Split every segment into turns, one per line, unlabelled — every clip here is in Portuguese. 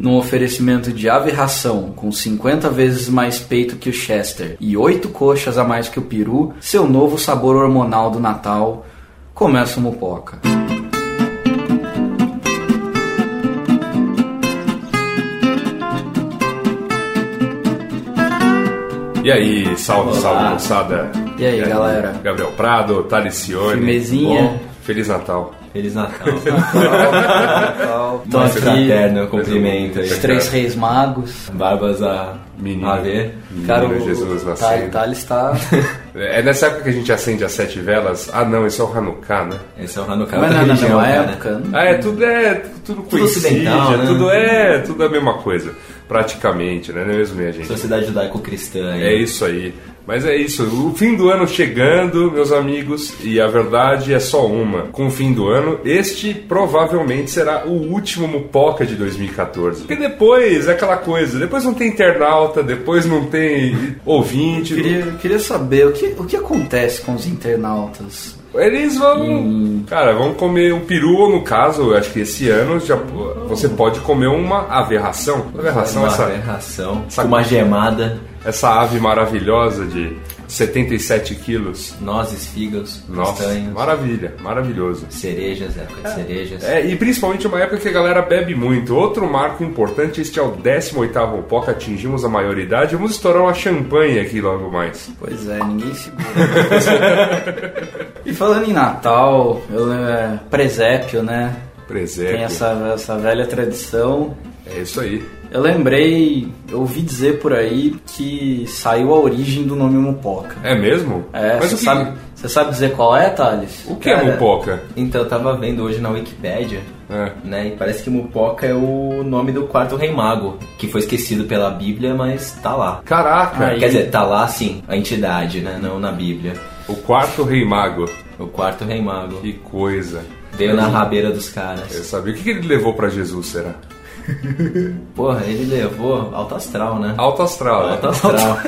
Num oferecimento de ave ração com 50 vezes mais peito que o Chester e 8 coxas a mais que o peru, seu novo sabor hormonal do Natal, começa o Mupoca.
E aí, salve,
Olá.
salve, moçada.
E aí, galera?
Gabriel Prado, Talicione.
Firmezinha.
Feliz Natal.
Feliz Natal.
Natal, tô
Mais fraterno,
aqui,
cumprimento aí.
os três reis magos.
Barbas a,
Menino.
a ver.
Menino
Cara, o
Jesus
Thales-
nascendo.
Thales tá...
É nessa época que a gente acende as sete velas? Ah, não, isso é o Hanukkah, né?
Esse é o Hanukkah.
Mas
outra
não, não,
religião,
não, é
cara. né?
época...
Ah, é tudo é tudo coincide,
ocidental, né?
tudo é tudo é a mesma coisa, praticamente, né? Não é mesmo, minha gente?
Sociedade judaico-cristã. aí.
É isso aí. Mas é isso, o fim do ano chegando, meus amigos, e a verdade é só uma. Com o fim do ano, este provavelmente será o último Mupoca de 2014. Porque depois é aquela coisa, depois não tem internauta, depois não tem ouvinte.
Queria, queria saber o que, o que acontece com os internautas.
Eles vão. Cara, vão comer um peru, ou no caso, eu acho que esse ano já, você pode comer uma aberração. Aberração,
Uma
essa,
aberração.
essa-
Uma gemada.
essa ave maravilhosa de 77 quilos.
Nozes, fígados,
Nossa,
castanhos.
maravilha, maravilhoso.
Cerejas, época de cerejas.
É, e principalmente uma época que a galera bebe muito. Outro marco importante, este é o 18º Poca, atingimos a maioridade. Vamos estourar uma champanhe aqui logo mais.
Pois é, ninguém segura. e falando em Natal, eu lembro, é, presépio, né?
Presépio.
Tem essa, essa velha tradição.
É isso aí.
Eu lembrei, eu ouvi dizer por aí que saiu a origem do nome Mupoca.
É mesmo?
É,
Mas
você
o que,
sabe, você sabe dizer qual é, Thales?
o que é
Cara,
mupoca?
Então, eu tava vendo hoje na Wikipédia,
É.
né? E parece que Mupoca é o nome do quarto rei mago, que foi esquecido pela Bíblia, mas tá lá.
Caraca,
Aí.
Quer dizer, tá lá sim, a entidade, né? Não na Bíblia.
o quarto rei mago.
O quarto rei mago.
Que coisa.
Veio na rabeira dos caras.
Eu sabia. O que, que ele levou pra Jesus, será?
Porra, ele levou alto astral, né?
Alto astral, né?
Alto astral.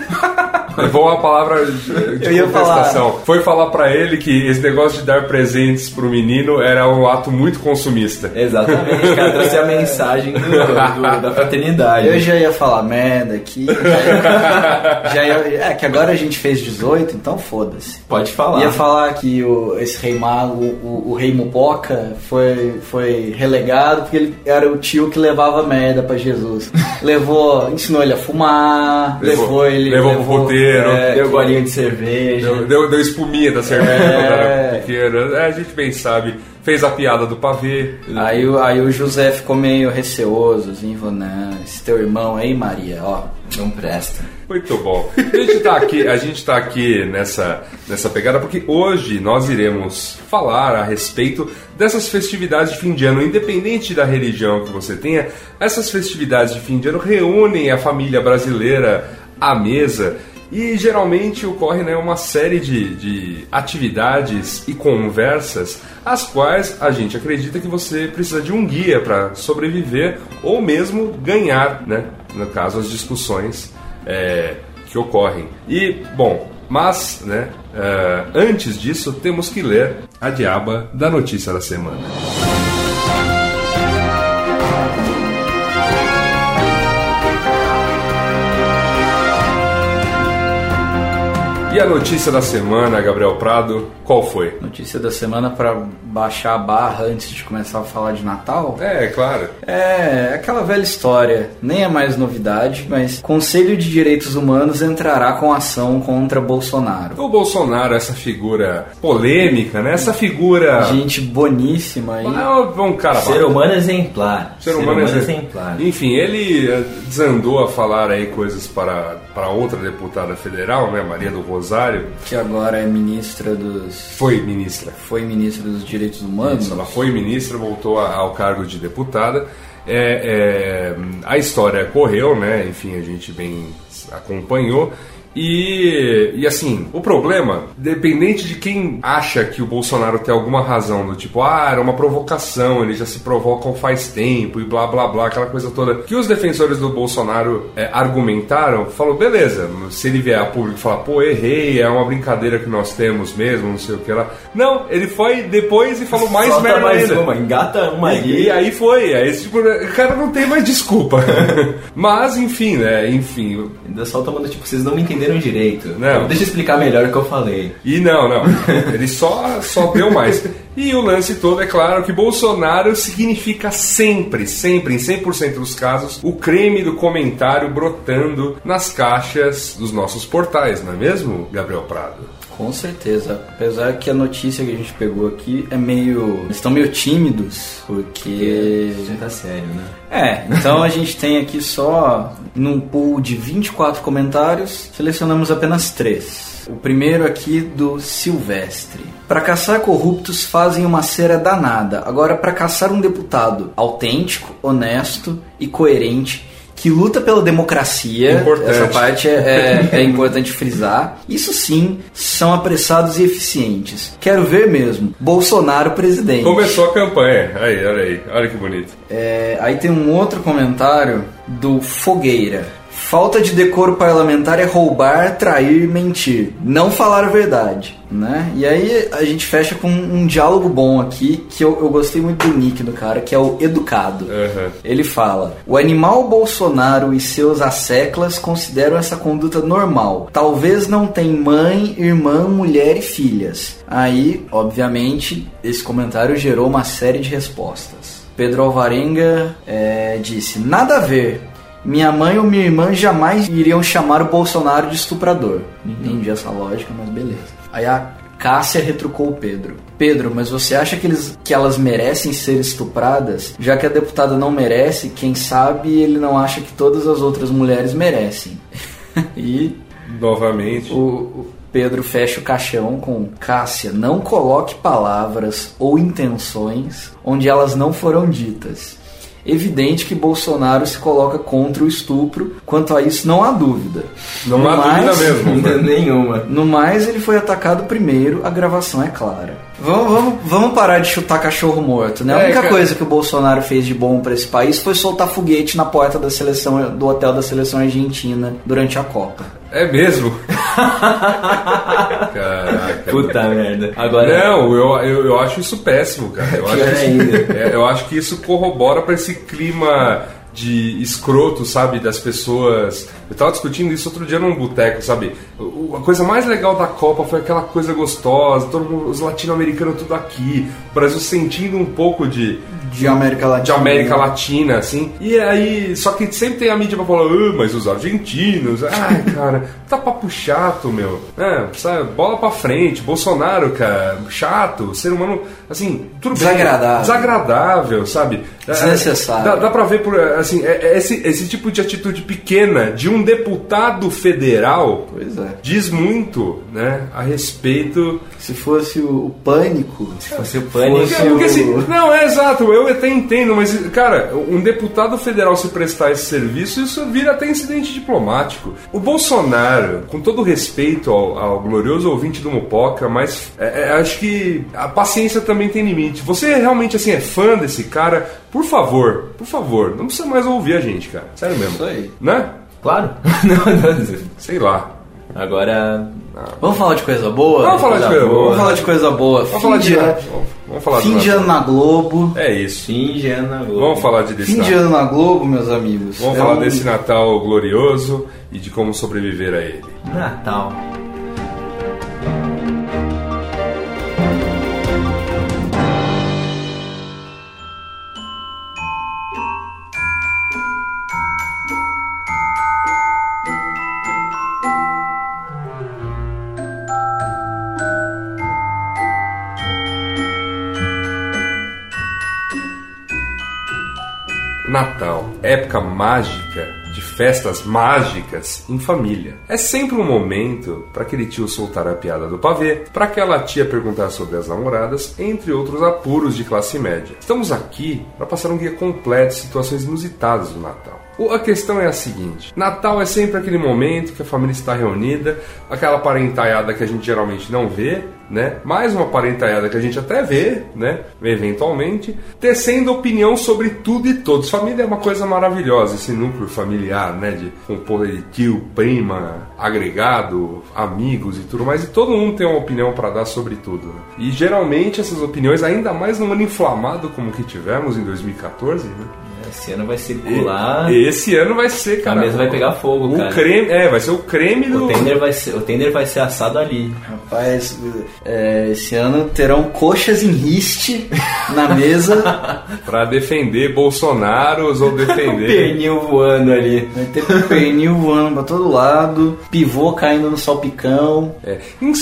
Levou uma palavra de de
Eu ia
contestação. Foi falar pra ele que esse negócio de dar presentes pro menino era um ato muito consumista.
É.
Exatamente, cara. Trouxe a mensagem do- do- da fraternidade.
Eu já ia falar merda aqui. já ia- já ia- é que agora a gente fez 18, então foda-se.
Pode falar.
Ia falar que o, esse rei mago, o, o rei Mupoca, foi, foi relegado porque ele era o tio que levava merda pra Jesus. Levou, ensinou ele a fumar, levou,
Levou-
ele.
levou pro roteiro,
é,
Deu golinho de cerveja.
Deu, deu, deu espuminha da cerveja
É.
quando era pequena. É, a gente bem sabe. Fez a piada do pavê.
Aí, o- aí o José ficou meio receoso, assim, falou, não, esse teu irmão aí, Maria, ó.
Não presta.
Muito bom. A gente tá aqui, a gente tá aqui nessa, nessa pegada porque hoje nós iremos falar a respeito dessas festividades de fim de ano, independente da religião que você tenha. Essas festividades de fim de ano reúnem a família brasileira à mesa. E geralmente ocorre né, uma série de, de atividades e conversas as quais a gente acredita que você precisa de um guia para sobreviver ou mesmo ganhar, né? no caso, as discussões é, que ocorrem. E, bom, mas, né, é, antes disso, temos que ler a diaba da notícia da semana. E a notícia da semana, Gabriel Prado, qual foi?
Notícia da semana pra baixar a barra antes de começar a falar de Natal.
É, claro.
É, aquela velha história, nem é mais novidade, mas Conselho de Direitos Humanos entrará com ação contra Bolsonaro.
É O Bolsonaro, essa figura polêmica, né? Essa figura.
Gente boníssima aí.
É um cara
Ser humano exemplar.
ser humano, é
um exemplar.
Enfim, ele eh, desandou a falar aí coisas para, para outra deputada federal, né, Maria do Rosário,
Que agora é ministra dos.
foi ministra.
Foi ministra dos Direitos Humanos.
Ela foi ministra, voltou a- ao cargo de deputada. É, é, a história correu, né? Enfim, a gente bem acompanhou. E, e assim, o problema, dependente de quem acha que o Bolsonaro tem alguma razão, do tipo, ah, era uma provocação, eles já se provocam faz tempo e blá blá blá, aquela coisa toda, que os defensores do Bolsonaro é, argumentaram, falou, beleza, se ele vier a público e falar, pô, errei, é uma brincadeira que nós temos mesmo, não sei o que lá. Não, ele foi depois e falou mais
Solta
merda
mais
ainda.
uma, engata uma ali.
E aí foi, aí esse tipo, o cara não tem mais desculpa. Mas enfim, né? Enfim,
Ainda solta uma do tipo, vocês não me entenderam direito. Então,
Não.
Deixa eu explicar melhor o que eu falei.
E não, não. Ele só, só deu mais. E o lance todo é claro que Bolsonaro significa sempre, sempre, em 100% dos casos, o creme do comentário brotando nas caixas dos nossos portais, não é mesmo, Gabriel Prado?
Com certeza. Apesar que a notícia que a gente pegou aqui é meio. Eles estão meio tímidos, porque.
Já tá sério, né?
É, então a gente tem aqui só num pool de 24 comentários, selecionamos apenas três. O primeiro aqui do Silvestre. Pra caçar corruptos fazem uma cera danada. Agora pra caçar um deputado autêntico, honesto e coerente que luta pela democracia,
Importante.
essa parte é, é- é importante frisar. Isso sim, são apressados e eficientes. Quero ver mesmo Bolsonaro presidente.
Começou a campanha. Aí, olha aí, olha que bonito.
É, aí tem um outro comentário do Fogueira. Falta de decoro parlamentar é roubar, trair, mentir, não falar a verdade, né? E aí a gente fecha com um diálogo bom aqui que eu, eu gostei muito do nick do cara, que é o educado.
Aham.
Ele fala: O animal Bolsonaro e seus asseclas consideram essa conduta normal. Talvez não tem mãe, irmã, mulher e filhas. Aí, obviamente, esse comentário gerou uma série de respostas. Pedro Alvarenga eh, disse: Nada a ver. Minha mãe ou minha irmã jamais iriam chamar o Bolsonaro de estuprador. Não entendi essa lógica, mas beleza. Aí a Cássia retrucou o Pedro. Pedro, mas você acha que, eles, que elas merecem ser estupradas? Já que a deputada não merece, quem sabe ele não acha que todas as outras mulheres merecem. e
Novamente.
o, o Pedro fecha o caixão com Cássia, não coloque palavras ou intenções onde elas não foram ditas. Evidente que Bolsonaro se coloca contra o estupro, quanto a isso não há dúvida.
Não há
Mas-
dúvida mesmo.
Ainda nenhuma.
no mais, ele foi atacado primeiro, a gravação é clara. Vamos, vamos, vamos parar de chutar cachorro morto, né? A
É,
única
cara.
coisa que o Bolsonaro fez de bom pra esse país foi soltar foguete na porta da seleção do hotel da seleção argentina durante a Copa.
É mesmo? Caraca.
Puta merda. Agora.
Não, eu, eu, eu acho isso péssimo, cara. Eu acho
né? Pior
isso-
ainda.
É, eu acho que isso corrobora para esse clima de escroto, sabe, das pessoas. Eu tava discutindo isso outro dia num boteco, sabe? O- o- A coisa mais legal da Copa foi aquela coisa gostosa, todo mundo, os latino-americanos tudo aqui, o Brasil sentindo um pouco de
De América Latina.
de América Latina, assim. E aí, só que sempre tem a mídia pra falar, "Ah, mas os argentinos, ai, cara, tá papo chato, meu. É, sabe, bola pra frente, Bolsonaro, cara, chato, ser humano, assim, tudo bem.
Desagradável.
Desagradável, sabe? É,
Desnecessário.
Dá, dá pra ver, por, assim, é- é esse, esse tipo de atitude pequena de um deputado federal
Pois é.
diz muito, né, a respeito
Se fosse o, o pânico.
Se fosse o pânico.
Porque, porque assim, não, é exato, eu até entendo, mas, cara, um deputado federal se prestar esse serviço, isso vira até incidente diplomático. O Bolsonaro, com todo o respeito ao, ao glorioso ouvinte do Mupoca, mas é, é, acho que a paciência também tem limite. Você realmente, assim, é fã desse cara, por favor, por favor, não precisa mais ouvir a gente, cara. Sério mesmo.
Isso aí.
Né?
Claro. não,
Sei lá.
não. Agora.
Vamos falar de coisa boa?
Vamos falar de coisa boa.
Vamos falar de coisa boa.
Vamos falar
Fim
de...
ano-
Vamos falar
Fim
de...
de ano na Globo.
É isso.
Fim de ano agora.
Vamos falar de
Fim
destaque.
de ano na Globo, meus amigos.
Vamos
É
falar
um-
desse Natal glorioso e de como sobreviver a ele.
Natal.
Natal, época mágica de festas mágicas em família. É sempre um momento para aquele tio soltar a piada do pavê, para aquela tia perguntar sobre as namoradas, entre outros apuros de classe média. Estamos aqui para passar um guia completo de situações inusitadas do Natal. O- A questão é a seguinte: Natal é sempre aquele momento que a família está reunida, aquela parentaiada que a gente geralmente não vê, né? Mais uma parentaiada que a gente até vê, né? Eventualmente, tecendo opinião sobre tudo e todos. Família é uma coisa maravilhosa, esse núcleo familiar, né? De compor de tio, prima, agregado, amigos e tudo mais. E todo mundo tem uma opinião para dar sobre tudo. né? E geralmente essas opiniões, ainda mais num ano inflamado como que tivemos em 2014, né?
Esse ano vai circular.
E- Esse ano vai ser, cara.
A mesa vai pegar fogo,
o
cara.
creme, é, vai ser o creme do.
O tender, vai ser, o tender vai ser assado ali.
Rapaz, é, esse ano terão coxas em riste na mesa.
é
Pra defender Bolsonaros ou defender.
Pernil voando ali.
Vai ter pernil voando pra todo lado, pivô caindo no salpicão.
É,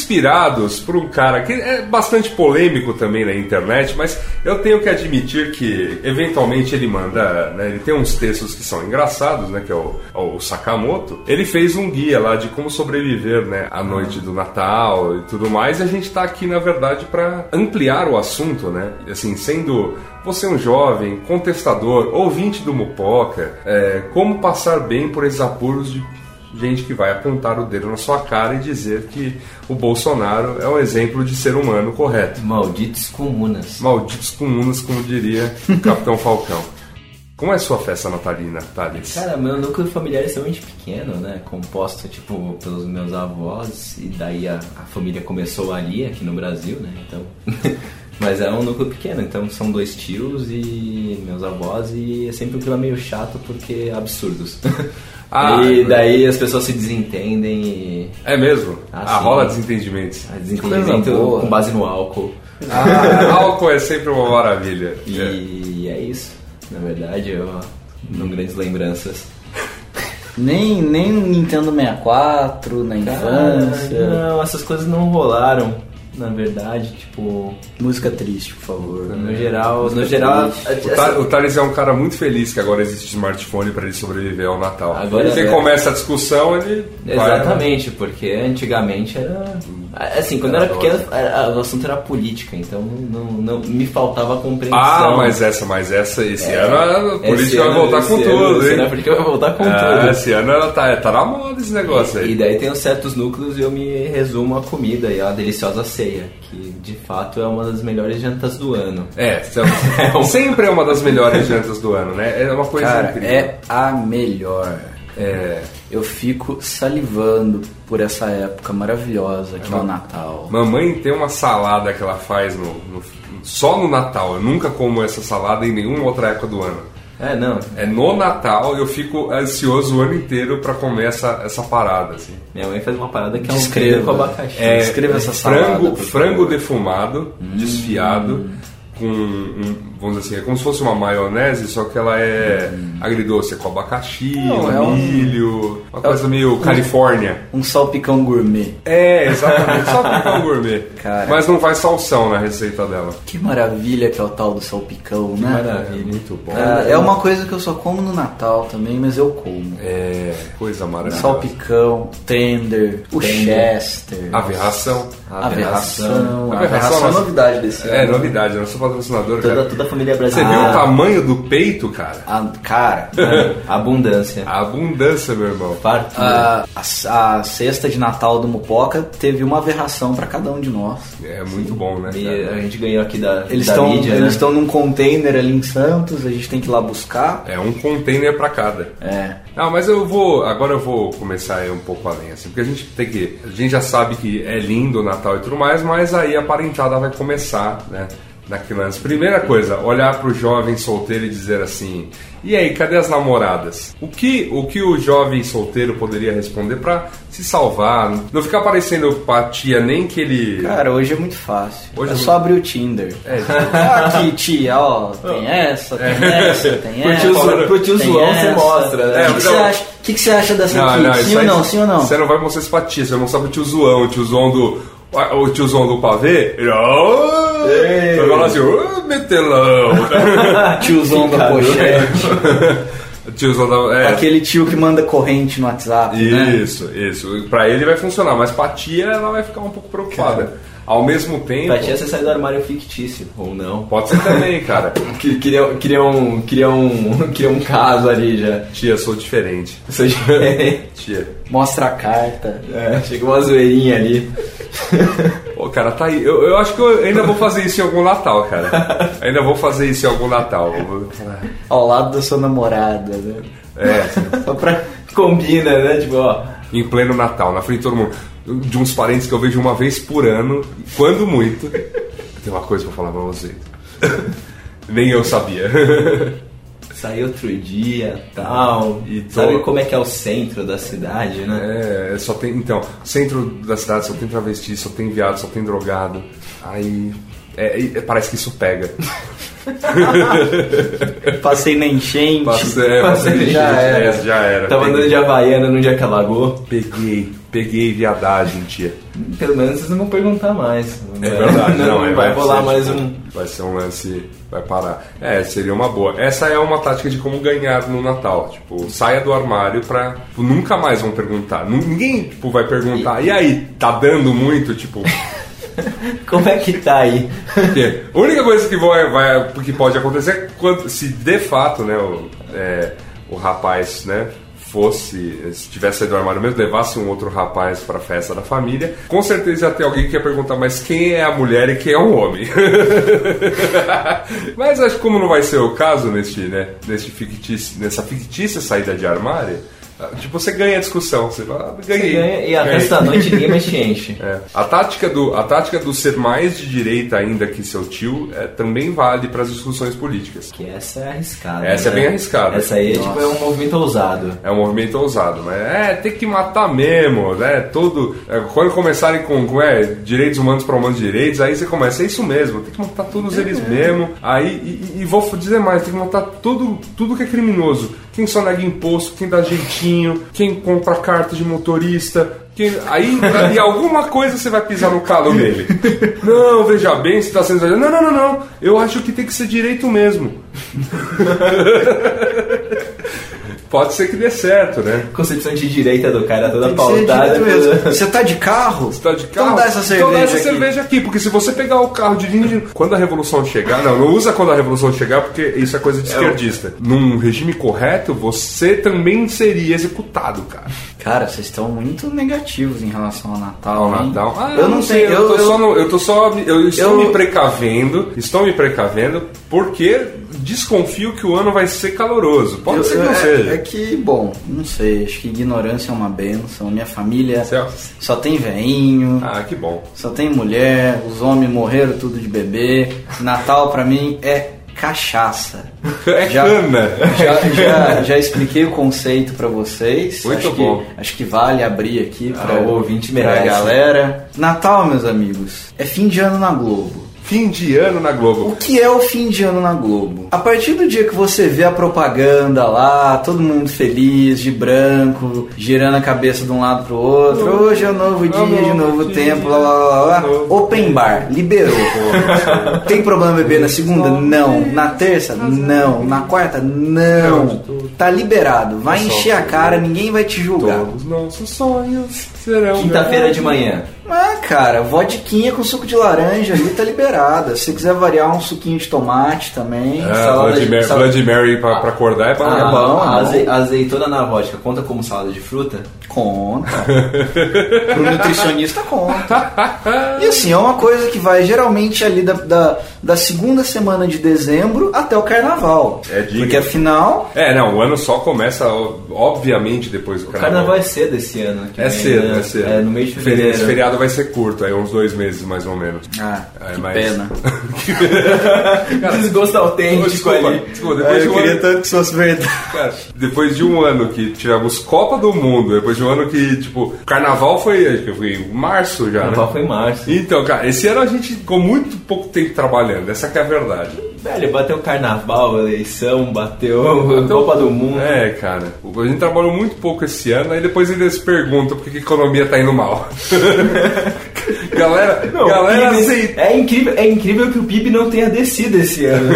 inspirados por um cara que é bastante polêmico também na internet, mas eu tenho que admitir que eventualmente ele manda, né, ele tem uns textos que são engraçados, né, que é o, o Sakamoto. Ele fez um guia lá de como sobreviver, né, à noite do Natal e tudo mais. E a gente tá aqui na verdade pra ampliar o assunto, né? Assim, sendo Você é um jovem, contestador, ouvinte do Mupoca, é, como passar bem por esses apuros de gente que vai apontar o dedo na sua cara e dizer que o Bolsonaro é um exemplo de ser humano correto.
Malditos comunas.
Malditos comunas, como diria o Capitão Falcão. Como é a sua festa natalina, Thales?
Cara, meu núcleo familiar é extremamente pequeno, né? Composto, tipo, pelos meus avós, e daí a, a família começou ali, aqui no Brasil, né? Então. Mas é um núcleo pequeno, então são dois tios e meus avós, e é sempre um clima meio chato porque é absurdos.
Ah,
e
é.
daí as pessoas se desentendem e.
É mesmo?
Ah,
Ah,
sim.
rola desentendimentos.
ah,
coisa
Desentendimento
boa.
com base no álcool.
Ah, álcool é sempre uma maravilha. É.
E é isso. Na verdade, eu não grandes lembranças.
Nem, nem Nintendo 64 na infância.
Não, essas coisas não rolaram, na verdade, tipo,
Música triste, por favor.
no geral, no
Música
geral,
é triste.
a-
O, Ta
essa-
o Thales é um cara muito feliz que agora existe smartphone para ele sobreviver ao Natal.
Agora
Você
é.
começa a discussão, ele. vai- né?
exatamente, porque antigamente era assim, quando eu era
Era
pequeno, era- ah, o assunto era política, então não, não me faltava compreensão.
Ah, mas essa, mas essa, esse ano a
Então, é. Esse
política vai
ano-
voltar com
esse ano-
tudo,
esse ano a
hein?
política vai voltar com
Ah,
tudo.
esse ano ela tá, tá na moda esse negócio
E
aí.
daí tem os certos núcleos e eu me resumo à comida e à deliciosa ceia, que de fato é uma das melhores jantas do ano.
É, são- sempre é uma das melhores jantas do ano, né? É uma coisa
Cara,
incrível.
é a melhor.
É,
Eu fico salivando por essa época maravilhosa que é o Natal.
Mamãe tem uma salada que ela faz no, no- só no Natal. Eu nunca como essa salada em nenhuma outra época do ano.
É, não,
É no Natal eu fico ansioso o ano inteiro pra comer essa, essa parada, assim.
Minha mãe faz uma parada que é um
Descreva.
creme com abacaxi.
É, Descreva essa salada,
frango,
por favor. Hum.
frango defumado, desfiado, com, um- vamos dizer assim, é como se fosse uma maionese, só que ela é agridoce, é com abacaxi,
Hum. Não, é um- é
milho, uma coisa meio Califórnia.
Um salpicão gourmet.
É, exatamente, só porque é um gourmet.
Cara.
Mas não vai salsão na receita dela.
Que maravilha que é o tal do salpicão, né?
maravilha.
É muito bom.
Ah, é uma coisa que eu só como no Natal também, mas eu como.
É, coisa maravilhosa.
Salpicão, tender, o Chester,
Aberração.
aberração.
Aberração.
Aberração é
nossa-
novidade desse
É,
ano.
novidade, eu não sou patrocinador,
Toda,
cara.
toda a família
Você
brasileira.
viu o tamanho do peito, cara?
Ah, cara,
Ah, abundância.
A abundância, meu irmão.
Fartura.
a, a- a cesta de Natal do Mupoca teve uma aberração pra cada um de nós.
É muito bom, né?
E
cara?
a gente ganhou aqui da,
Eles
da
estão
mídia,
eles
né?
estão num container ali em Santos, a gente tem que ir lá buscar.
É um container pra cada.
É.
Ah, mas eu vou. Agora eu vou começar aí um pouco além, assim, porque a gente tem que. A gente já sabe que é lindo o Natal e tudo mais, mas aí a parentada vai começar, né? Naquele lance. Primeira coisa, olhar pro jovem solteiro e dizer assim: e aí, cadê as namoradas? O que o, que o jovem solteiro poderia responder pra se salvar? Não ficar parecendo patia nem que ele.
Cara, hoje é muito fácil.
Hoje
é
é
só abrir o Tinder.
É,
Aqui, tia, ó, tem essa, tem essa, tem
Pro
essa.
tio Zo- pro tio
tem
Zoão
essa.
você mostra, né?
O que que
É,
você
não.
acha- o que que você acha dessa aqui? sim
isso é
ou
aí
não? Sim ou não?
Você não vai mostrar esse patinho, você vai mostrar pro tio Zoão, o tio Zoão do. O tio Zoão do pavê, ele. "Ah!"
Ei.
Vai falar assim, "Ah, metelão.
Tiozão da
Fica
pochete.
Tiozão da. É.
Aquele tio que manda corrente no WhatsApp, né?
Isso, isso. Pra ele vai funcionar, mas pra tia ela vai ficar um pouco preocupada. Ao mesmo tempo.
Pra tia você sai do armário fictício, ou não.
Pode ser também, cara.
Que- Queria, queria, um, queria, um, queria um caso ali já.
Tia, sou diferente.
Ou seja,
Tia.
Mostra a carta.
é, chega uma zoeirinha ali.
Ô, cara, tá aí. Eu, eu acho que eu ainda vou fazer isso em algum Natal, cara. Ainda vou fazer isso em algum Natal. Eu vou-
Ao lado da sua namorada, né?
É,
Só pra. Combina, né? Tipo, ó.
em pleno Natal, na frente de todo mundo. De uns parentes que eu vejo uma vez por ano, quando muito. Tem uma coisa pra falar pra vocês. Nem eu sabia.
Saí outro dia, tal.
E tô-
Sabe como é que é o centro da cidade, né?
É, só tem. Então, centro da cidade só tem travesti, só tem viado, só tem drogado. Aí. é, é, parece que isso pega.
Passei na enchente.
Passei,
Passei,
passei,
já era. Tá
já era.
Tava
Peguei.
andando de Havaiana num dia que alagou.
Peguei, peguei viadagem, tia.
Pelo menos vocês não vão perguntar mais.
É verdade, não, é,
vai rolar
ser,
mais
tipo,
um.
Vai ser um lance, vai parar. É, seria uma boa. Essa é uma tática de como ganhar no Natal. Tipo, saia do armário pra. tipo, nunca mais vão perguntar. Nu- Ninguém, tipo, vai perguntar. E aí, tá dando muito? Tipo,
Como é que tá aí?
Porque a única coisa que, vai, vai- que pode acontecer é quando, se de fato né, o, é, o rapaz né, fosse, se tivesse saído do armário mesmo, levasse um outro rapaz pra festa da família, com certeza ia ter alguém que ia perguntar, mas quem é a mulher e quem é o homem? mas acho que como não vai ser o caso neste, né, neste fictício, nessa fictícia saída de armário, tipo, você ganha a discussão, você fala, "Ah, ganhei.
Ganha- E a
ganhei."
festa da noite ninguém mais te enche.
É. A, tática do, a tática do ser mais de direita ainda que seu tio é, também vale para as discussões políticas.
Que essa é arriscada.
Essa é
né?
bem arriscada.
Essa aí é, tipo, é um movimento ousado.
É um movimento ousado, mas é, tem que matar mesmo, né? Todo, é, quando começarem com, com, é, direitos humanos para humanos de direitos, aí você começa, é isso mesmo, tem que matar todos eles mesmo. Aí, e, e- e vou f- dizer mais, tem que matar tudo, tudo que é criminoso. Quem só nega imposto, quem dá jeitinho, quem compra carta de motorista, que- aí, e alguma coisa você vai pisar no calo dele. Não, veja bem, você tá sendo. exagerado. Não, não, não, não. Eu acho que tem que ser direito mesmo. Pode ser que dê certo, né?
Concepção de direita do cara toda
Tem que ser
pautada.
direito mesmo.
toda-
Você tá de carro?
Você tá de carro?
Então dá essa cerveja.
Então dá essa
aqui.
cerveja aqui, porque se você pegar o carro dirigindo. Quando a revolução chegar. Não, não usa quando a revolução chegar, porque isso é coisa de esquerdista. Num regime correto, você também seria executado, cara.
Cara, vocês estão muito negativos em relação ao Natal.
ao
hein?
Natal. Ah,
eu não sei,
eu,
eu,
tô
eu-
só no- eu tô só. Eu estou
eu-
me precavendo, estou me precavendo, porque desconfio que o ano vai ser caloroso. Pode
eu-
ser que não
é,
seja.
é que, bom, não sei, acho que ignorância é uma benção. Minha família
Céu.
só tem veinho,
Ah, que bom.
só tem mulher, os homens morreram tudo de bebê. Natal pra mim é cachaça.
É
Já-
cana.
Já, já, já expliquei o conceito pra vocês.
Muito
acho
bom. Ah,
Que, acho que vale abrir aqui pra
o ouvinte
pra
merece.
galera. Natal, meus amigos, é fim de ano na Globo.
Fim de ano na
O
Globo.
que é o fim de ano na Globo? A partir do dia que você vê a propaganda lá, todo mundo feliz, de branco, girando a cabeça de um lado pro outro, hoje é um novo dia, de novo
dia,
tempo, lá, lá, lá, lá.
novo
Open bar, liberou. Tem problema beber na segunda? Não. Na terça? Não. Na quarta? Não. Tá liberado. Vai encher a cara, ninguém vai te julgar.
Os nossos sonhos serão.
Quinta-feira de
grandes.
manhã.
Ah, cara, vodiquinha com suco de laranja ali tá liberada. Se quiser variar um suquinho de tomate também.
Ah,
Salada é de- Ah.
Bloody Mary,
salada-
Bloody Mary pra, pra acordar é bom.
A-
é
bom,
bom.
é
a
bom.
aze- azeitona na vodka conta como salada de fruta?
Conta. Pro nutricionista conta. E assim, é uma coisa que vai geralmente ali da, da, da segunda semana de dezembro até o carnaval.
É digno.
Porque afinal.
É, não, o ano só começa, ó, obviamente, depois do
O carnaval é cedo esse ano. né, que
Tá É
vem,
cedo,
né?
é cedo.
É no mês de
Feri-
fevereiro.
Esse feriado vai ser curto, aí uns dois meses mais ou menos.
Ah,
É,
que
mas-
pena.
Desgosto
Ô,
autêntico
desculpa,
ali.
desculpa, depois, de um ano,
É, tanto que isso fosse verdade.
cara, depois de um ano que tivemos Copa do Mundo, depois de um ano que, tipo, carnaval foi, acho que foi em março já,
Carnaval
né?
foi em março.
Então, cara, esse ano a gente ficou muito pouco tempo trabalhando, essa que é a verdade.
Velho, bateu carnaval, eleição, bateu, Copa do Mundo.
É, cara, a gente trabalhou muito pouco esse ano, aí depois eles perguntam por que que a economia tá indo mal. Galera,
Não, o
galera assim,
PIB-
aceita.
é, incrível, é incrível que o PIB não tenha descido esse ano.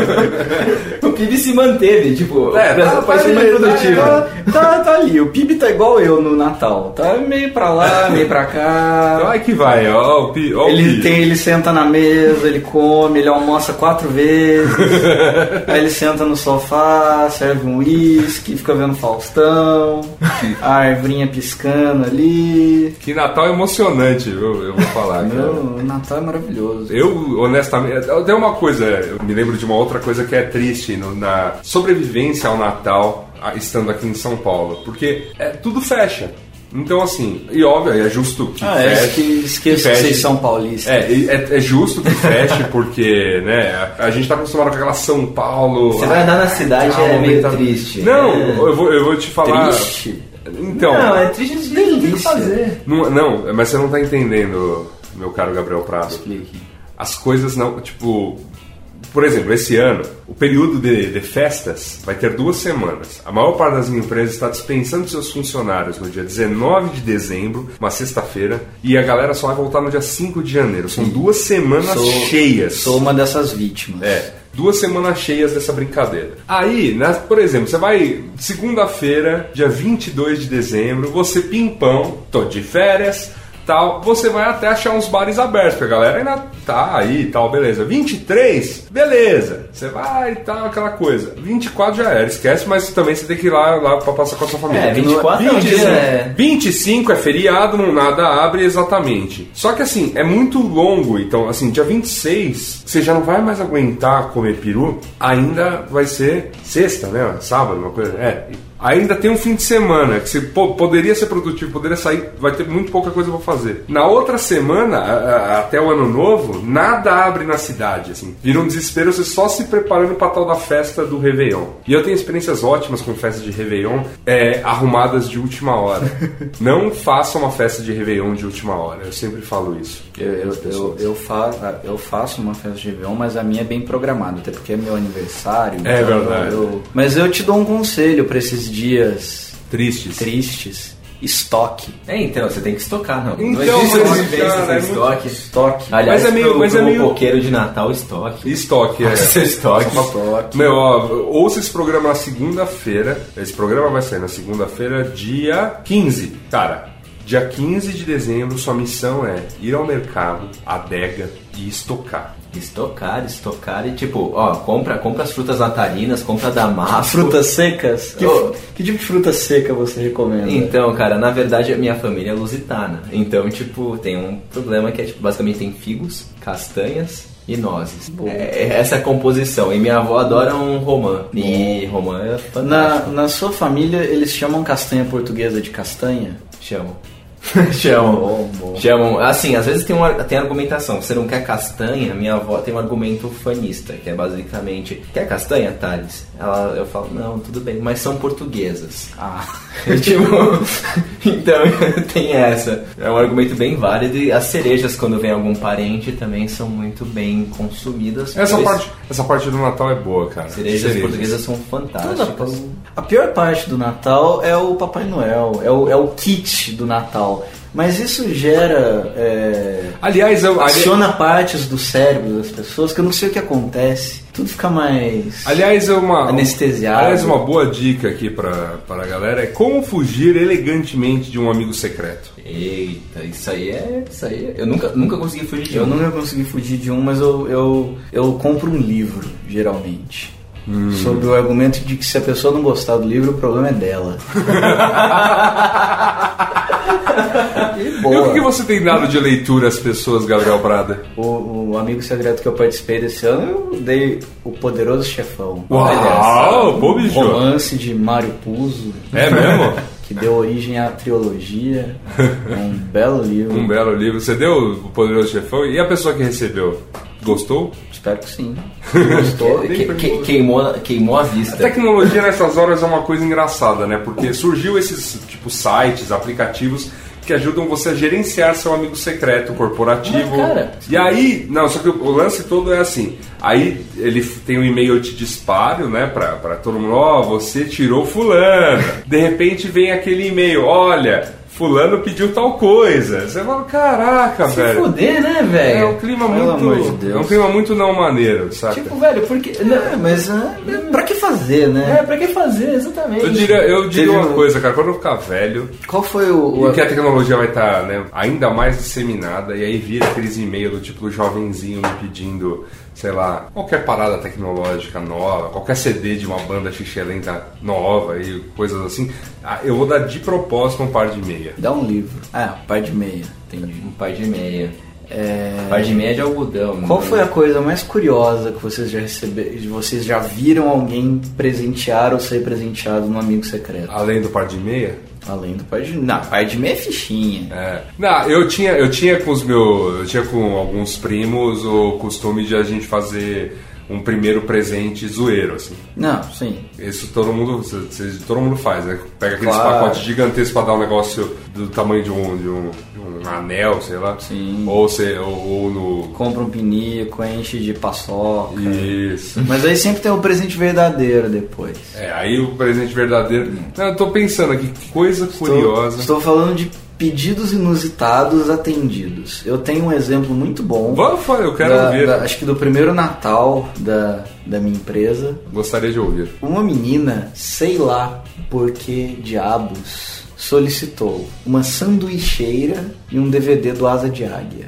Tipo, o PIB se manteve, tipo,
É,
ah,
é,
tá-
tá, país
tá
mais
ali,
produtivo.
tá
Tá, tá ali, o PIB tá igual eu no Natal. Tá meio pra lá, meio pra cá.
Vai que vai, ó, o pi, ó o
Ele
pi.
tem, ele senta na mesa, ele come, ele almoça quatro vezes, aí ele senta no sofá, serve um uísque, fica vendo Faustão, a arvrinha piscando ali.
Que Natal é emocionante, eu, eu vou falar. cara.
Meu, o Natal é maravilhoso.
Eu, honestamente, tem uma coisa, eu me lembro de uma outra coisa que é triste no- na sobrevivência ao Natal a- estando aqui em São Paulo, porque é, tudo fecha. Então, assim, e óbvio, é justo que
Ah, é,
feche,
esque- esqueço que
feche.
vocês são paulistas.
É, e é, é justo que feche, porque, né, a, a gente tá acostumado com aquela São Paulo. né,
Você vai andar na cidade
Ah,
é meio
aumenta-
triste.
Não,
é.
eu, vou, eu vou te falar.
Triste?
Então.
Não, é triste de não tem o que fazer.
Não, não, mas você não tá entendendo, meu caro Gabriel Prado.
Explique.
As coisas não. Tipo. Por exemplo, esse ano, o período de, de festas vai ter duas semanas. A maior parte das empresas está dispensando seus funcionários no dia 19 de dezembro, uma sexta-feira, e a galera só vai voltar no dia 5 de janeiro. São duas semanas
Sou-
cheias.
Sou uma dessas vítimas.
É, duas semanas cheias dessa brincadeira. Aí, né, por exemplo, você vai segunda-feira, dia 22 de dezembro, você pimpão, tô de férias, tal, você vai até achar uns bares abertos, porque a galera ainda tá aí, tal, beleza. 23, beleza. Você vai e tal, aquela coisa. 24 já era, esquece, mas também você tem que ir lá, lá pra passar com a sua família.
É, 24 é um dia, é.
25 é feriado, não nada abre exatamente. Só que assim, é muito longo, então assim, dia 26, você já não vai mais aguentar comer peru, ainda vai ser sexta, né? Sábado, uma coisa. É. Ainda tem um fim de semana que você pô, poderia ser produtivo, poderia sair, vai ter muito pouca coisa pra fazer. Na outra semana, a- a- até o ano novo, nada abre na cidade, assim. Vira um desespero você só se preparando pra tal da festa do Réveillon. E eu tenho experiências ótimas com festas de Réveillon é, arrumadas de última hora. Não faça uma festa de Réveillon de última hora, eu sempre falo isso.
Eu, eu, eu, eu, fa- eu faço uma festa de Réveillon, mas a minha é bem programada, até porque é meu aniversário.
É
então
verdade.
eu- mas eu te dou um conselho pra esses dias
Tristes.
tristes: estoque.
É, então, você tem que estocar, não.
Então,
não existe
mas,
sobrevivência
cara,
sem
é muito-
estoque.
Estoque.
Aliás,
Mas é meio-
pro,
mas é
pro
meio-
roqueiro de Natal, estoque.
Estoque, é.
Seu estoque.
estoque.
Meu, ó, ouça esse programa na segunda-feira. Esse programa vai sair na segunda-feira, dia 15. Cara, dia 15 de dezembro, sua missão é ir ao mercado, adega e estocar.
Estocar, estocar e tipo, ó, compra, compra as frutas natalinas, compra damasco.
Frutas secas? Que,
Oh.
que tipo de fruta seca você recomenda?
Então, cara, na verdade a minha família é lusitana. Então, tipo, tem um problema que é, tipo, basicamente tem figos, castanhas e nozes. É, é essa é a composição. E minha avó adora um romã. E romã é
na,
fantástico.
na sua família, eles chamam castanha portuguesa de castanha?
Chamam. Chamam.
Bom, bom.
Chamam. Assim, às vezes tem, uma, tem argumentação. Você não quer castanha? Minha avó tem um argumento fanista, que é basicamente: quer castanha, Thales? Ela, eu falo: não, tudo bem, mas são portuguesas.
Ah.
tipo, então tem essa. É um argumento bem válido. E as cerejas, quando vem algum parente, também são muito bem consumidas.
Essa
pois
parte, essa parte do Natal é boa, cara.
Cerejas,
Cerejas.
portuguesas são
Toda
fantásticas.
pa- a pior parte do Natal é o Papai Noel, é o, é o kit do Natal. Mas isso gera. é,
Aliás, eu, ali-
aciona partes do cérebro das pessoas que eu não sei o que acontece. Tudo fica mais.
Aliás, é uma
Anestesiado.
Aliás, uma boa dica aqui pra, pra galera é como fugir elegantemente de um amigo secreto.
Eita, isso aí é. Isso aí é- Eu nunca, nunca consegui fugir de
Eu
um.
nunca consegui fugir de um, mas eu, eu, eu compro um livro, geralmente. Sobre o argumento de que se a pessoa não gostar do livro, o problema é dela. E
E o
boa.
que, que você tem dado de leitura às pessoas, Gabriel Prada?
O, o amigo secreto que eu participei desse ano, eu dei O Poderoso Chefão.
Uau, bom
Um
bicho.
romance de Mário Puzo,
É mesmo?
que deu origem à trilogia. É um belo livro.
Um belo livro. Você deu o Poderoso Chefão e a pessoa que recebeu? Gostou?
Espero que sim. Gostou?
Que- que- queimou, queimou a
A
vista.
tecnologia nessas horas é uma coisa engraçada, né? Porque surgiu esses tipo sites, aplicativos que ajudam você a gerenciar seu amigo secreto corporativo.
Ah,
Mas, cara,
E aí, não, só que o o lance todo é assim. Aí ele f- tem um e-mail de disparo, né, pra, pra todo mundo, ó, você tirou fulana. De repente vem aquele e-mail, olha, fulano pediu tal coisa. Você fala, caraca,
Se
velho.
fuder, né, velho?
É um clima
Pelo amor de
muito.
Deus.
é um clima muito não maneiro, saca?
Tipo, velho, porque.
É, mas é, pra que fazer,
É,
né?
pra que fazer, exatamente?
eu diria, eu diria
Teve
uma
um-
coisa, cara, quando eu ficar velho,
Qual foi o. o-
e que a tecnologia vai estar né, ainda mais disseminada, e aí vira aqueles e-mails do tipo do jovenzinho me pedindo, sei lá, qualquer parada tecnológica nova, qualquer CD de uma banda xixelenta nova e coisas assim, ah, eu vou dar de propósito um par de meia.
Dá um livro. Ah, par de meia, entendi.
Um par de meia. Um
É,
Par de meia de algodão.
Qual
né?
foi a coisa mais curiosa que vocês já receberam? Vocês já viram alguém presentear ou ser presenteado num amigo secreto?
Além do par de meia,
Além do par de. Não, par de meia é fichinha.
É. Não, eu tinha, eu tinha com os meus. Eu tinha com alguns primos o costume de a gente fazer um primeiro presente zoeiro, assim.
Não, sim.
Isso todo mundo, cê- cê- todo mundo faz, né? Pega aqueles
Claro.
pacotes gigantescos pra dar um negócio do tamanho de um, de um, de um anel, sei lá.
Sim.
Ou, cê, ou, ou no.
Compra um pinico, enche de paçoca.
Isso.
Mas aí sempre tem o presente verdadeiro depois.
É, aí o presente verdadeiro. Não, eu tô pensando aqui, que coisa
Estou-
curiosa.
Estou, falando de pedidos inusitados atendidos. Eu tenho um exemplo muito bom.
Vamos, fa- eu quero
da-
ouvir.
da- acho que do primeiro Natal da, da minha empresa.
Gostaria de ouvir.
Uma menina, sei lá por que diabos, solicitou uma sanduicheira e um DVD do Asa de Águia.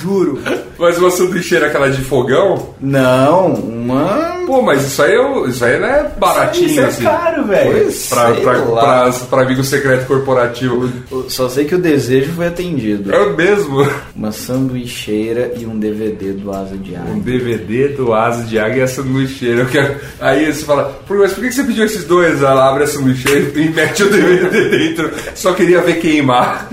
Juro.
Mas uma sanduicheira aquela de fogão?
Não, uma.
Pô, mas isso aí, é o- isso aí não é baratinho,
Isso é
assim.
caro, velho.
Pois, Pra,
Sei
pra,
lá.
pra, pra amigo secreto corporativo.
Eu Só sei que o desejo foi atendido.
É o mesmo.
Uma sanduicheira e um DVD do Asa de
Um
Águia.
DVD do Asa de Águia e a sanduicheira. Eu quero- Aí você fala, "Pô, mas por que que você pediu esses dois? Ela abre a sanduicheira e mete o DVD dentro. Só queria ver queimar.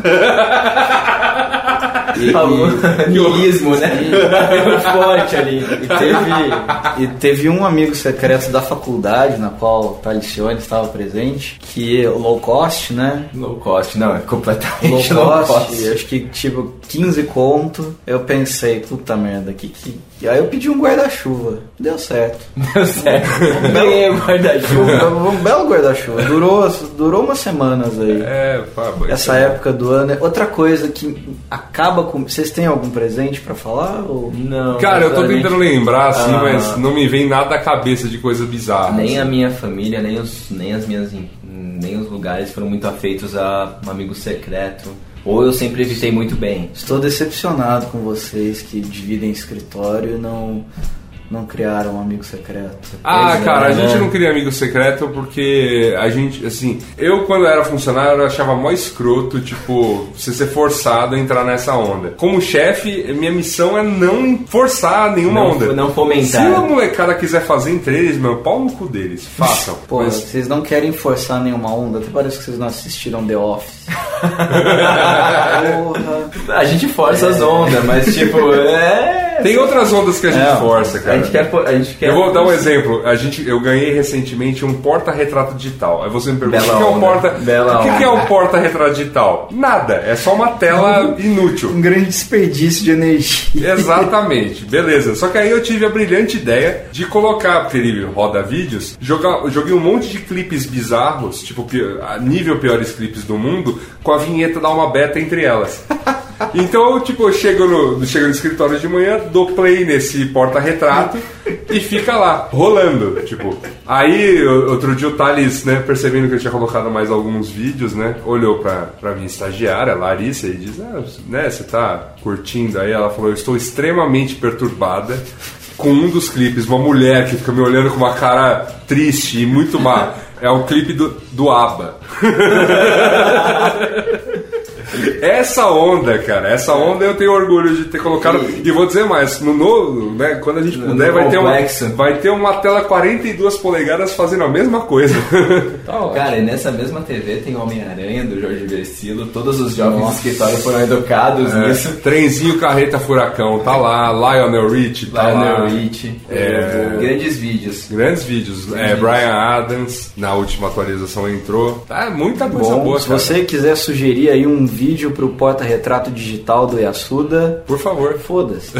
E, e, niilismo, né?
tá
Muito forte ali.
E teve, e teve um amigo secreto da faculdade, na qual o Talicione estava presente, que o low cost, né?
Low cost, não, é
Low cost,
completamente low cost.
acho que tipo 15 conto. Eu pensei, puta merda, que que. E aí eu pedi um guarda-chuva. Deu certo.
Deu certo. Ganhei o
Um,
é guarda-chuva.
be- um belo guarda-chuva. Durou, durou umas semanas aí.
É, pá, mas-
Essa época do ano. é- Outra coisa que acaba com. Vocês têm algum presente pra falar? Ou...
Não,
é
Cara, eu tô
sinceramente,
tentando lembrar, assim,
Ah.
mas não me vem nada à cabeça de coisa bizarra.
Nem a
assim.
minha família, nem, os, nem as minhas. em- Nem os lugares foram muito afeitos a um amigo secreto. Ou eu sempre evitei muito bem.
Estou decepcionado com vocês que dividem escritório e não, não criaram um amigo secreto.
Ah,
Pois é,
cara, a
né?
gente não queria amigo secreto porque a gente, assim, eu quando era funcionário eu achava mó escroto, tipo, você ser forçado a entrar nessa onda. Como chefe, minha missão é não forçar nenhuma
Não-
onda.
não fomentar.
Se uma molecada quiser fazer entre eles, meu, pau no cu deles, façam.
Pô,
é
Mas-
vocês não querem forçar nenhuma onda, até parece que vocês não assistiram The Office. Porra.
A gente força as ondas, mas tipo, é.
tem outras ondas que a gente
Não,
força, cara.
É, A gente quer. é A gente quer
Eu vou dar um exemplo. A gente, eu ganhei recentemente um porta-retrato digital. Aí você me pergunta,
Bela
o que é um
onda,
porta,
bela
o que que é
onda.
um porta-retrato digital? Nada, é só uma tela inútil.
Um grande desperdício de energia.
Exatamente, beleza. Só que aí eu tive a brilhante ideia de colocar, porque ele roda vídeos, jogar, eu joguei um monte de clipes bizarros, tipo, pi- a nível piores clipes do mundo, com a vinheta da Alma Beta entre elas. Então, eu, tipo, eu chego no, chego no escritório de manhã, dou play nesse porta-retrato e fica lá, rolando. Tipo, aí o- outro dia o Thales, né, percebendo que eu tinha colocado mais alguns vídeos, né, olhou pra, pra minha estagiária, Larissa, e diz: ah, né, você tá curtindo aí? Ela falou: eu estou extremamente perturbada com um dos clipes, uma mulher que fica me olhando com uma cara triste e muito má. É o clipe do, do ABBA. Essa onda, cara, essa onda eu tenho orgulho de ter colocado. E vou dizer mais, no novo, né? Quando a gente
No-
puder,
no
vai ter, uma,
complexo.
vai ter uma tela 42 polegadas fazendo a mesma coisa.
Cara, e nessa mesma TV tem o Homem-Aranha do Jorge Versilo. Todos os jovens do escritório foram educados nisso.
É, trenzinho carreta furacão, tá lá, Lionel Rich, tá lá.
Lionel Rich.
É.
Grandes vídeos.
Grandes vídeos. É, Brian Adams, na última atualização entrou. Tá, muita coisa
Bom,
boa,
se
cara.
você quiser sugerir aí um vídeo pro porta-retrato digital do Yasuda,
Por favor.
foda-se.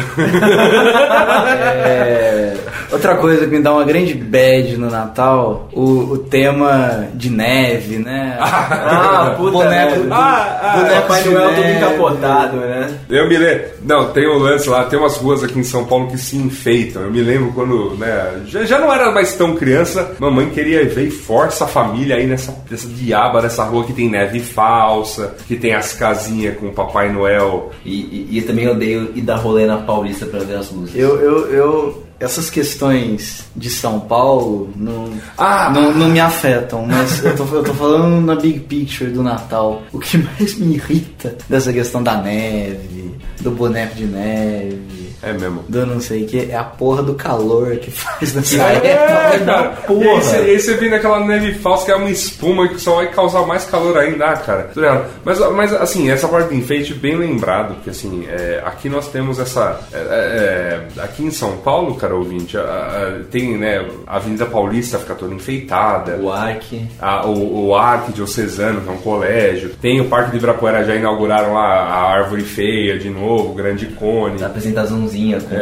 É, Outra coisa que me dá uma grande bad no Natal, o, o tema de neve, né?
Ah, puta
boneco,
merda.
do-
Ah, ah,
boneco
Papai
de
Noel todo
neve.
encapotado, né?
Eu me lembro. Não, tem um lance lá, tem umas ruas aqui em São Paulo que se enfeitam. Eu me lembro quando, né? Já, já não era mais tão criança, mamãe queria ver e força a família aí nessa, nessa diaba dessa rua que tem neve falsa, que tem as casinhas com o Papai Noel.
E, e, e também odeio ir dar rolê na Paulista pra ver as luzes.
Eu, eu, eu, essas questões de São Paulo não,
Ah!
não, não me afetam, mas eu tô, eu tô falando na big picture do Natal. O que mais me irrita dessa questão da neve, do boneco de neve,
É mesmo.
do não sei o que, é a porra do calor que faz nessa
É,
época.
cara.
porra.
E aí você- e aí você vem naquela neve falsa que é uma espuma que só vai causar mais calor ainda, ah, cara. Tô ligado. Mas, mas assim, essa parte do enfeite, bem lembrado, porque assim, é, aqui nós temos essa. é, é, é, aqui em São Paulo, cara ouvinte, a- a- tem, né, a Avenida Paulista fica toda enfeitada.
O Ark.
A- o, o Arc Diocesano, que é um colégio. Tem o Parque de Ibirapuera, já inauguraram lá a Árvore Feia de novo, o Grande Cone
A apresentaçãozinha com
e
o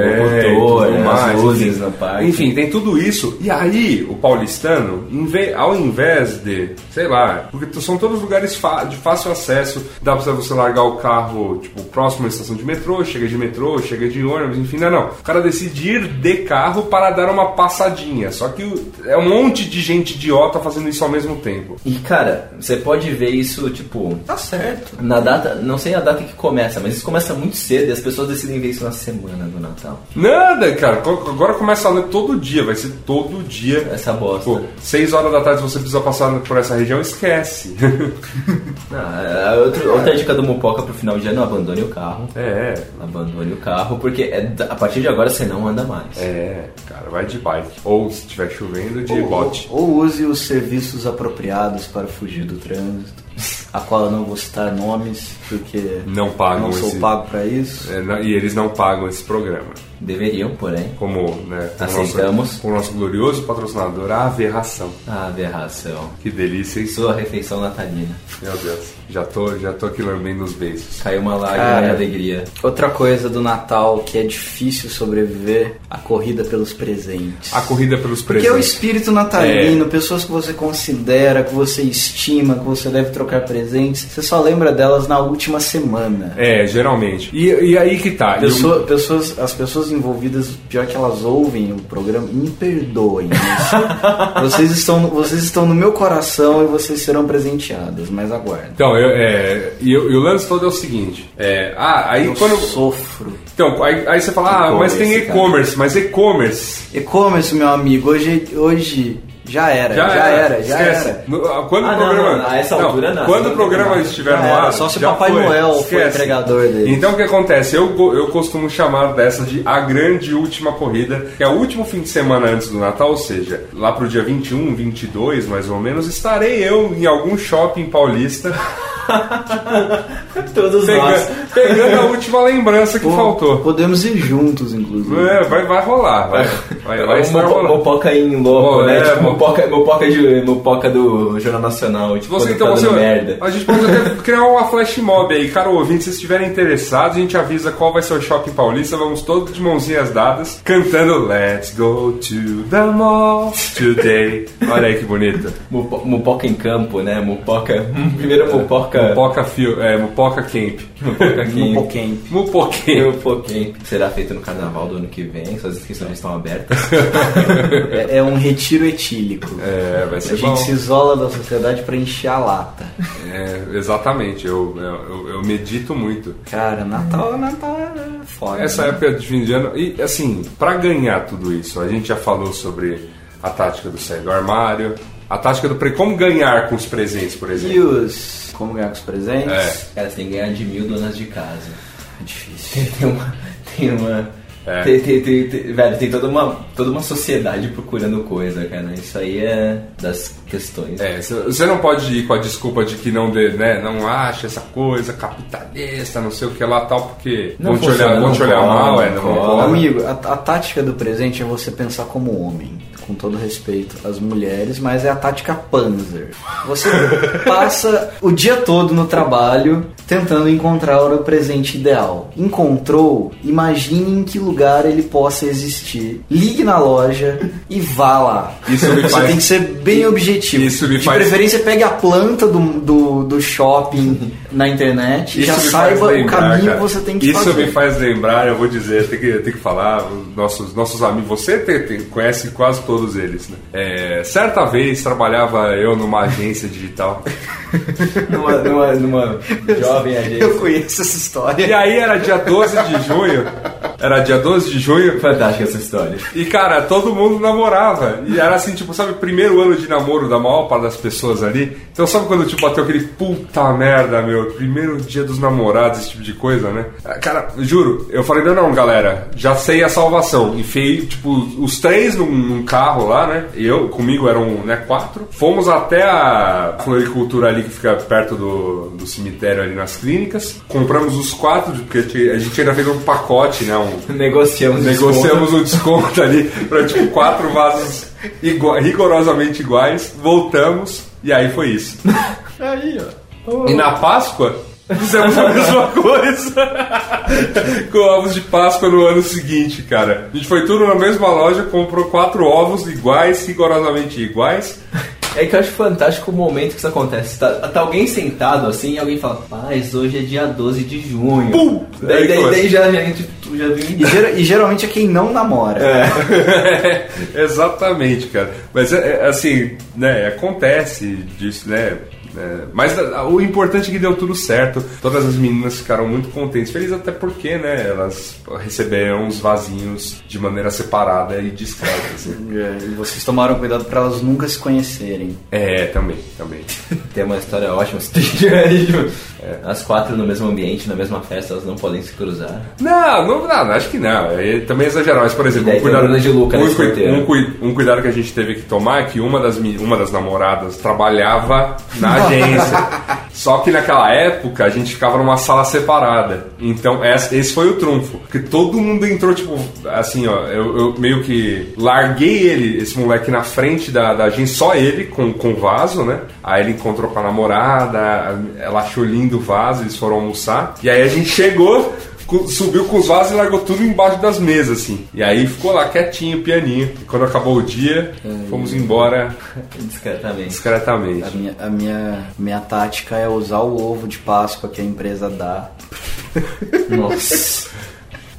motor,
É, tudo
as
mais,
luzes
enfim.
no parque.
Enfim, tem tudo isso. E aí, o paulistano, em ve- ao invés de, sei lá, porque t- são todos lugares fa- de fácil acesso, dá pra você largar o carro, tipo, próximo à estação de metrô, chega de metrô, chega de ônibus, enfim, não, não. O cara decide ir de carro para dar uma passadinha. Só que o- é um monte de gente idiota fazendo isso ao mesmo tempo.
E cara, você pode ver isso, tipo. Tá certo. Na data. Não sei a data que começa, mas isso começa muito cedo e as pessoas decidem ver isso na semana do Natal.
Nada, cara. Co- Agora começa a ler todo dia, vai ser todo dia.
Essa bosta.
Tipo, 6 horas da tarde você precisa passar por essa região, esquece.
Ah, a outra, outra dica do Mupoca pro final de ano, abandone o carro.
é,
Abandone o carro, porque é da- a partir de agora você não anda mais.
é, cara, vai de bike. Ou se estiver chovendo, de
Ou,
bote.
ou use os serviços apropriados para fugir do trânsito, a qual eu não vou citar nomes, porque
Não pagam
não sou
esse-
pago para isso.
É, não- e eles não pagam esse programa.
Deveriam, porém.
Como, né, com o nosso-
Aceitamos.
com o nosso glorioso patrocinador, a Aberração.
Ah, aberração.
Que delícia, isso.
Sua refeição natalina.
Meu Deus, já tô, já tô aqui lambendo os beijos.
Caiu uma lágrima
Cara.
de alegria.
Outra coisa do Natal que é difícil sobreviver, a corrida pelos presentes.
A corrida pelos
Porque é o
presentes. É.
espírito natalino, pessoas que você considera, que você estima, que você deve trocar presentes, você só lembra delas na última semana.
É, geralmente. E, e aí que tá. e o-
Pessoa- pessoas, as pessoas envolvidas, pior que elas ouvem o programa, me perdoem. mas vocês, estão, vocês estão no meu coração e vocês serão presenteadas, mas aguardem.
Então, eu, é, e, o- e o lance todo é o seguinte. É, ah, aí
Eu
quando.
sofro.
Então, aí, aí você fala, ah, mas tem
E-commerce,
e-commerce, mas e-commerce.
E-commerce, meu amigo, hoje, hoje já era, já, era, já
É, esquece.
era.
No- ah, quando
Ah,
o
não,
programa,
não, a essa altura não,
Quando
não É,
o programa
tem nada.
estiver
Já
no
era,
ar,
só se
já
Papai
foi.
Noel foi
Esquece.
entregador dele.
Então o que acontece? Eu, go- eu costumo chamar dessa de a grande última corrida, que é o último fim de semana antes do Natal, ou seja, lá pro dia 21, 22, mais ou menos, estarei eu em algum shopping paulista
Todos
pegando, pegando a última lembrança que
Pô,
é. faltou.
Podemos ir juntos, inclusive. Um
É, vai, vai rolar, vai. Vai, é, vai estar
Mopo-
rolando.
Mopoca em louco,
Oh,
né?
é,
tipo,
mo-
mopoca, mopoca, de, mopoca do Jornal Nacional. Tipo,
Você,
quando
então,
tá
você,
dando merda.
a gente pode até criar uma flash mob aí, cara ouvinte, se vocês estiverem interessados, a gente avisa qual vai ser o shopping paulista, vamos todos de mãozinhas dadas, cantando Let's go to the mall today. Olha aí que bonito.
Mopo- Mopoca em campo, né? Mopoca. hum, Primeiro mopoca.
Mupoca, fio, é, Mupoca Camp.
Mopoca
Um
aqui.
pouquinho.
Mupoquinho.
Mopoca em- Um Será feito no carnaval do ano que vem, suas inscrições estão abertas.
É, é um retiro etílico.
É, vai
a
ser
gente
bom.
se isola da sociedade pra encher a lata.
É, exatamente, eu, eu, eu- eu medito muito.
Cara, Natal, Natal é foda.
Essa
né?
época de fim de ano, e assim, pra ganhar tudo isso, a gente já falou sobre a tática do sair do armário, a tática do pre... como ganhar com os presentes, por
E
exemplo.
os. Como ganhar com os presentes?
É.
Cara, você tem que ganhar de mil donas de casa.
É difícil.
Tem, tem uma. Tem uma.
É.
Tem, tem- tem- tem- velho, tem toda uma, toda uma sociedade procurando coisa, cara. Isso aí é das questões.
É, c- você não pode ir com a desculpa de que não dê, né, não acha essa coisa capitalista, não sei o que lá tal, porque
Não
vão te
funciona,
olhar, vão
não
te olhar
cola,
mal, é,
não
não vão
cola.
colar.
Amigo, a, a tática do presente é você pensar como homem. com todo respeito às mulheres, mas é a tática Panzer. Você passa o dia todo no trabalho tentando encontrar o presente ideal. Encontrou, imagine em que lugar ele possa existir. Ligue na loja e vá lá.
Isso me
Você
faz-
tem que ser bem objetivo.
Isso me
De
faz-
preferência, pegue a planta do, do, do shopping na internet e já
me faz
saiba o
lembrar,
caminho
cara.
que você tem que
Isso
fazer.
me faz lembrar, eu vou dizer, tem que, tem que falar, os nossos, nossos amigos, você tem- tem- conhece quase todos eles, né? É, certa vez trabalhava eu numa agência digital.
Numa, numa, numa jovem
Eu
agência.
conheço essa
E
história.
aí era dia 12 de junho. Era dia 12 de junho.
É Fantástica essa história.
E, cara, todo mundo namorava. E era assim, tipo, sabe, primeiro ano de namoro da maior parte das pessoas ali. Então, sabe quando, tipo, bateu aquele puta merda, meu? Primeiro dia dos namorados, esse tipo de coisa, né? Ah, Cara, juro, eu falei, não, não, galera, já sei a salvação. Enfiei, tipo, os três num, num carro lá, né? Eu, comigo eram, né, quatro. Fomos até a floricultura ali que fica perto do, do cemitério ali nas clínicas. Compramos os quatro, porque a gente ainda fez um pacote, né? Um,
Negociamos
Negociamos um desconto ali pra tipo quatro vasos igua- rigorosamente iguais. Voltamos e aí foi isso.
Aí, ó.
E na Páscoa fizemos a mesma coisa com ovos de Páscoa no ano seguinte, cara. A gente foi tudo na mesma loja, comprou quatro ovos iguais, rigorosamente iguais.
É que eu acho fantástico o momento que isso acontece. Tá, tá alguém sentado assim e alguém fala, paz, hoje é dia 12 de junho.
Pum!
Daí,
Aí
daí,
começa.
daí já, já, a gente já
E,
viu.
gera- e geralmente é quem não namora.
Exatamente, cara. Mas é, é, assim, né, acontece disso, né? É, mas a- a- o importante é que deu tudo certo. Todas as meninas ficaram muito contentes. Feliz até porque, né? Elas receberam os vasinhos de maneira separada e discreta. assim.
É, e vocês tomaram cuidado pra elas nunca se conhecerem.
É, também, também.
Tem uma história ótima. você tem aí, tipo, As quatro no mesmo ambiente, na mesma festa, elas não podem se cruzar.
Não, não, não, acho que não. É, também é exagerar, mas, por exemplo,
E
um
daí tem a
cuidado,
Bruna de Luca
um,
nesse
cui-
roteiro.
um cui- um cuidado que a gente teve que tomar é que uma das, meni- uma das namoradas trabalhava na agência. Só que naquela época a gente ficava numa sala separada. Então essa- esse foi o trunfo. Porque todo mundo entrou, tipo, assim, ó. Eu, eu meio que larguei ele, esse moleque, na frente da, da agência, só ele, com, com o vaso, né? Aí ele encontrou com a namorada, ela achou lindo o vaso, eles foram almoçar. E aí a gente chegou. Cu- subiu com os vasos e largou tudo embaixo das mesas, assim. E aí ficou lá quietinho, pianinho. E quando acabou o dia, fomos embora
Discretamente.
A
discretamente.
minha, a minha, minha tática é usar o ovo de Páscoa que a empresa dá.
Nossa.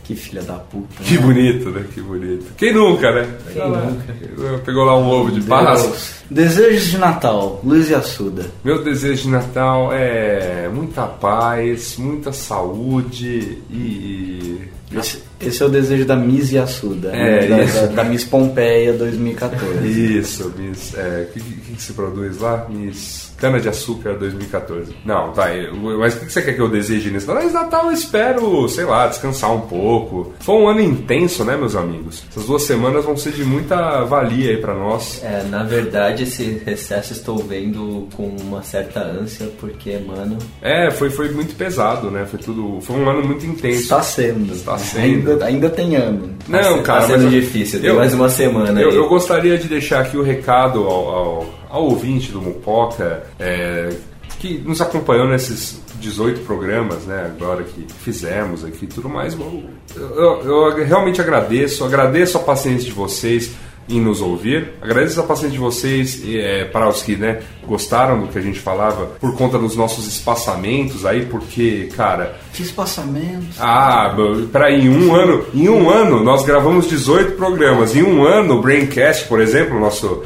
Que filha da puta.
Que bonito, né? Que bonito. Quem nunca, né? Quem nunca? Pegou lá um ovo de Páscoa.
Desejos de Natal, Luiz e Assuda.
Meu desejo de Natal é muita paz, muita saúde e.
Esse, esse é o desejo da Miss Yassuda.
É,
da,
isso.
da, da Miss Pompeia 2014.
Isso, Miss. é, O que, que- que se produz lá? Miss Cana de Açúcar 2014. Não, tá. eu- Mas o que, que você quer que eu deseje nesse Natal? Nesse Natal eu espero, sei lá, descansar um pouco. Foi um ano intenso, né, meus amigos? Essas duas semanas vão ser de muita valia aí pra nós.
É, na verdade, esse recesso estou vendo com uma certa ânsia, porque, mano,
É, foi, foi muito pesado, né? Foi tudo. Foi um ano muito intenso.
Está sendo. Né?
Está sendo.
Ainda, ainda tem ano.
tá
Não,
se-
cara,
tá sendo
mas eu-
difícil. Tem
eu-
mais uma semana
Eu,
aí.
eu gostaria de deixar aqui o recado ao, ao- ao ouvinte do Mupoca, é, que nos acompanhou nesses 18 programas, né, agora que fizemos aqui e tudo mais. Eu, eu- eu realmente agradeço, agradeço a paciência de vocês em nos ouvir. Agradeço a paciência de vocês e, é, para os que né, gostaram do que a gente falava por conta dos nossos espaçamentos aí, porque, cara,
Que espaçamento.
ah, b- peraí, em um ano, em um ano nós gravamos 18 programas. Em um ano, o Braincast, por exemplo, nosso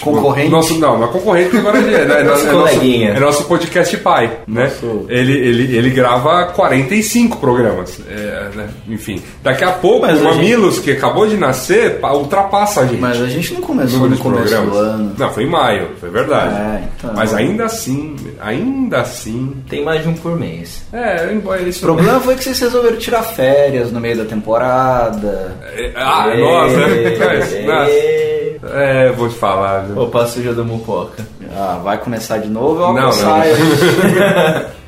Concorrente?
Nosso, não, não é concorrente porque agora ele é, né, é, nosso, é, nosso,
Coleguinha.
é nosso podcast pai, né?
Nosso-
Ele, ele, ele grava 45 programas. é, né, Enfim, daqui a pouco
Mas
o
a gente-
Mamilos, que acabou de nascer, pa- ultrapassa a gente.
Mas a gente não
O
começou
número
no
de
começo
programas.
do ano.
Não, foi em maio, foi verdade.
É, então.
Mas ainda assim, ainda assim.
tem mais de um por mês.
É, embora
O
isso
problema foi que vocês resolveram tirar férias no meio da temporada.
É, Ah, nossa, né? Mas, nossa.
Ê,
É, vou te falar. viu?
Opa, suja do mupoca.
Ah, vai começar de novo? Eu
Não, não.
saio.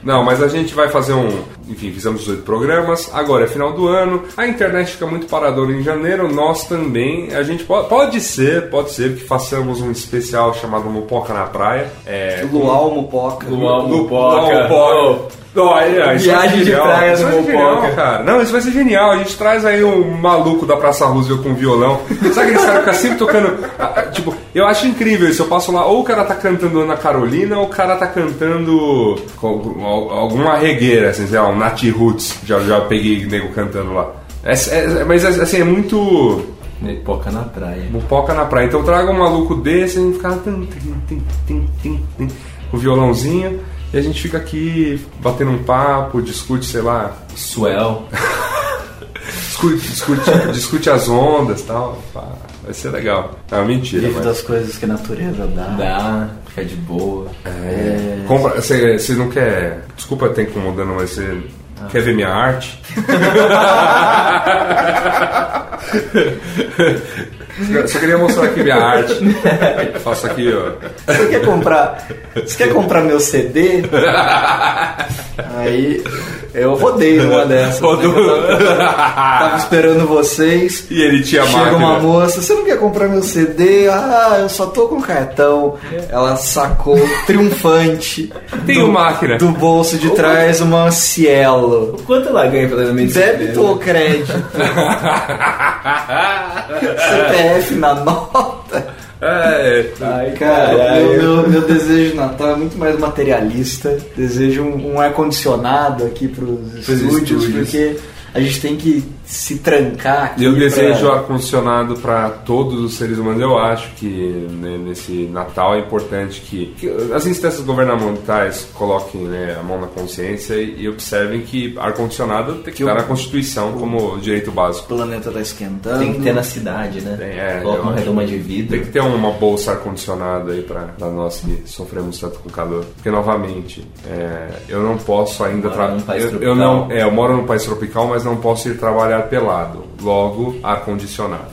Não, mas a gente vai fazer um. enfim, fizemos os oito programas, agora é final do ano, a internet fica muito paradora em janeiro, nós também. A gente pode, pode ser, pode ser que façamos um especial chamado Mupoca na Praia. É,
Luau Mupoca.
Luau
Mupoca.
Mupoca.
Luau Olha, isso vai ser
Viagem de
genial.
praia
Isso
no
vai ser genial,
Mupoca.
cara. Não, isso vai ser genial. A gente traz aí um maluco da Praça Roosevelt com violão. Sabe aquele cara que fica sempre tocando. ah, ah, Tipo, eu acho incrível isso. Eu passo lá, ou o cara tá cantando Ana Carolina, ou o cara tá cantando com algum- al- alguma regueira, assim, sei lá, um Nat Roots. Já, já peguei nego cantando lá. É- é- é- mas assim, é muito.
Mupoca na praia.
Mupoca na praia. Então traga um maluco desse, a gente fica lá, tum, tum, tum, tum, tum, tum, com o violãozinho e a gente fica aqui batendo um papo, discute, sei lá,
Swell.
discute, discute, discute as ondas e tal. Pá, Vai ser legal. Não, mentira,
Vive
mas.
das coisas que a natureza dá.
Dá, fica de boa.
É, Compra, você você não quer. Desculpa estar incomodando, mas você
Ah.
quer ver minha arte? Só- Só queria mostrar aqui minha arte. Faço aqui, ó.
Você quer comprar? Você quer comprar meu CD? Aí eu rodei numa dessas.
Rodou.
né? Eu Tava, tava esperando vocês.
E ele tinha a né?
Chega uma
máquina.
moça, você não quer comprar meu CD? Ah, eu só tô com cartão. Ela sacou triunfante
Tem uma máquina.
do bolso de trás uma Cielo.
Quanto ela ganha pela minha
Débito ou crédito? CPF na nota.
É,
Ai,
Cara,
caralho.
meu, meu, meu desejo de Natal é muito mais materialista. Desejo um, um ar-condicionado aqui pros estúdios,
estúdios.
porque a gente tem que se trancar aqui.
eu
pra-
desejo ar-condicionado para todos os seres humanos. Eu acho que né, nesse Natal é importante que, que as instâncias governamentais coloquem né, a mão na consciência e, e observem que ar-condicionado tem que
o-
estar na Constituição como direito
O
básico.
planeta tá esquentando.
Tem que ter na cidade, né?
Tem, é,
Coloca
eu
uma
acho.
redoma de vidro.
Tem que ter uma bolsa ar-condicionado aí para nós que sofremos tanto com calor. Porque, novamente, é, eu não posso ainda...
Mora
tra-
num país
eu, eu
tropical.
não, é, eu moro num país tropical, mas não posso ir trabalhar pelado. Logo, ar-condicionado.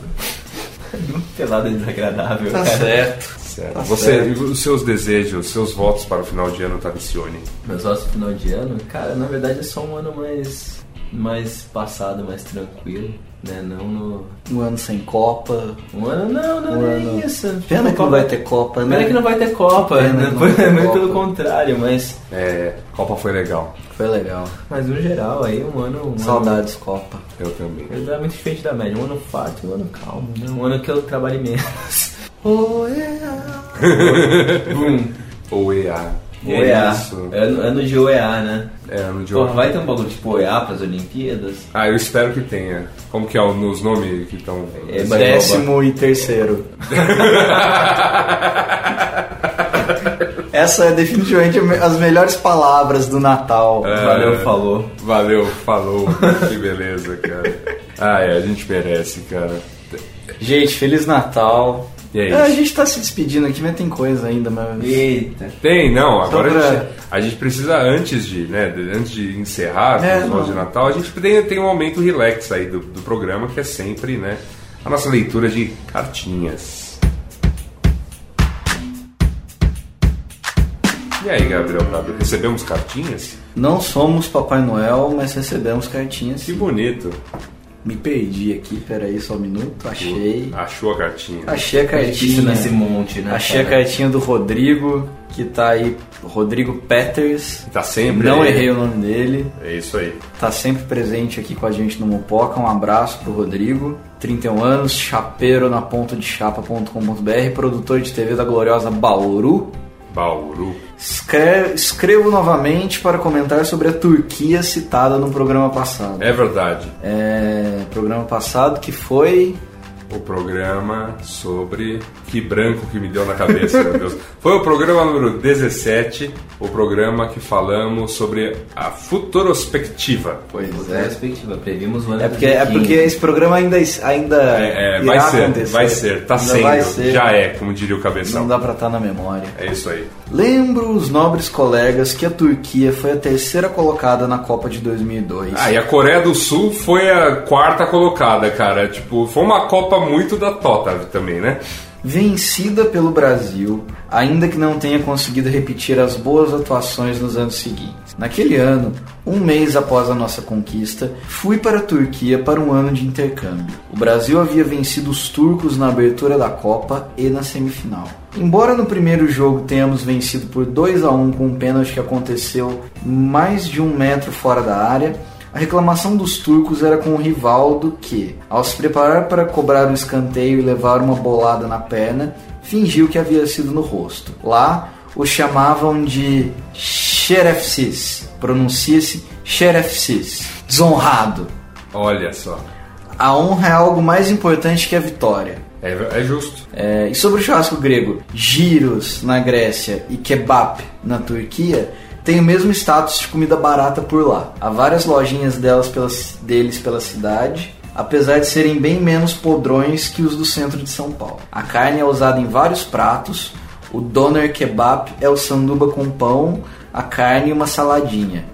Pelada desagradável,
Tá
cara.
certo.
Certo.
Tá
Você,
certo.
os seus desejos, os seus votos para o final de ano, Tavicione.
Meus votos de final de ano, cara, na verdade é só um ano mais, mais passado, mais tranquilo, né? Não no.
Um ano sem Copa.
Um ano não, não,
Um
não
ano.
é isso.
Pena que não
Copa-
vai ter Copa, né?
Pena que não vai ter Copa,
Pena
né?
que não vai ter
Muito
Copa.
pelo contrário, mas.
É, Copa foi legal.
Foi legal.
Mas no geral aí um ano. Um Ano,
Saudades, Copa.
Eu também.
eu era muito diferente da média, um ano fácil, um ano calmo, né? Um ano que eu trabalhei menos. Bum.
Ou EA. E é
OEA.
isso.
É Ano, ano de OEA, né?
É, ano de
Porra,
ouro.
vai ter um bagulho tipo OEA pras Olimpíadas?
Ah, eu espero que tenha. Como que é o- os nomes que estão...
É, mas-
Décimo e terceiro. Essa é definitivamente me- as melhores palavras do Natal.
É.
Valeu, falou.
Valeu, falou. que beleza, cara. Ah, é, a gente merece, cara.
Gente, Feliz Natal.
E é
Ah,
É, a
isso.
gente tá se despedindo aqui, mas tem coisa ainda, mas.
Eita.
Tem, não, agora
pra-
a, gente, a gente precisa, antes de, né, de- antes de encerrar
É,
as pessoas de
não.
Natal, a gente tem, tem um momento relax aí do, do programa, que é sempre, né, a nossa leitura de cartinhas. E aí, Gabriel Prado, recebemos cartinhas?
Não somos Papai Noel, mas recebemos cartinhas.
Que bonito.
Me perdi aqui, peraí só um minuto. Achei.
Achou a cartinha.
Achei a
É difícil nesse
cartinha.
monte, né?
Achei a
cara?
cartinha do Rodrigo, que tá aí. Rodrigo Peters.
Tá sempre
Não
aí.
errei o nome dele.
É isso aí.
tá sempre presente aqui com a gente no Mupoca. Um abraço pro Rodrigo, 31 anos, chapeiro na ponta de chapa.com.br, produtor de TV da gloriosa Bauru.
Bauru.
Escre- escrevo novamente para comentar sobre a Turquia citada no programa passado.
É verdade.
É, programa passado que foi.
o programa sobre que branco que me deu na cabeça, meu Deus. Foi o programa número 17, o programa que falamos sobre a futurospectiva.
Pois
é
é.
Perspectiva, previmos o ano
É porque, é porque esse programa ainda, ainda
É, é,
irá
vai ser,
acontecer.
vai ser, tá
Ainda
sendo,
vai ser.
já é, como diria o
Não
cabeção.
dá pra estar na memória.
É isso aí.
Lembro os nobres colegas que a Turquia foi a terceira colocada na Copa de 2002.
Ah, e a Coreia do Sul foi a quarta colocada, cara. Tipo, foi uma Copa muito da Tota também, né?
Vencida pelo Brasil, ainda que não tenha conseguido repetir as boas atuações nos anos seguintes. Naquele ano, um mês após a nossa conquista, fui para a Turquia para um ano de intercâmbio. O Brasil havia vencido os turcos na abertura da Copa e na semifinal. Embora no primeiro jogo tenhamos vencido por 2 a 1 com um pênalti que aconteceu mais de um metro fora da área, a reclamação dos turcos era com o Rivaldo que, ao se preparar para cobrar um escanteio e levar uma bolada na perna, fingiu que havia sido no rosto. Lá, o chamavam de Xerefsis, pronuncia-se Xerefsis, desonrado.
Olha só.
A honra é algo mais importante que a vitória.
É, é justo.
É, e sobre o churrasco grego, giros na Grécia e kebab na Turquia tem o mesmo status de comida barata por lá. Há várias lojinhas delas pela, deles pela cidade, apesar de serem bem menos podrões que os do centro de São Paulo. A carne é usada em vários pratos. O doner kebab é o sanduba com pão, a carne e uma saladinha.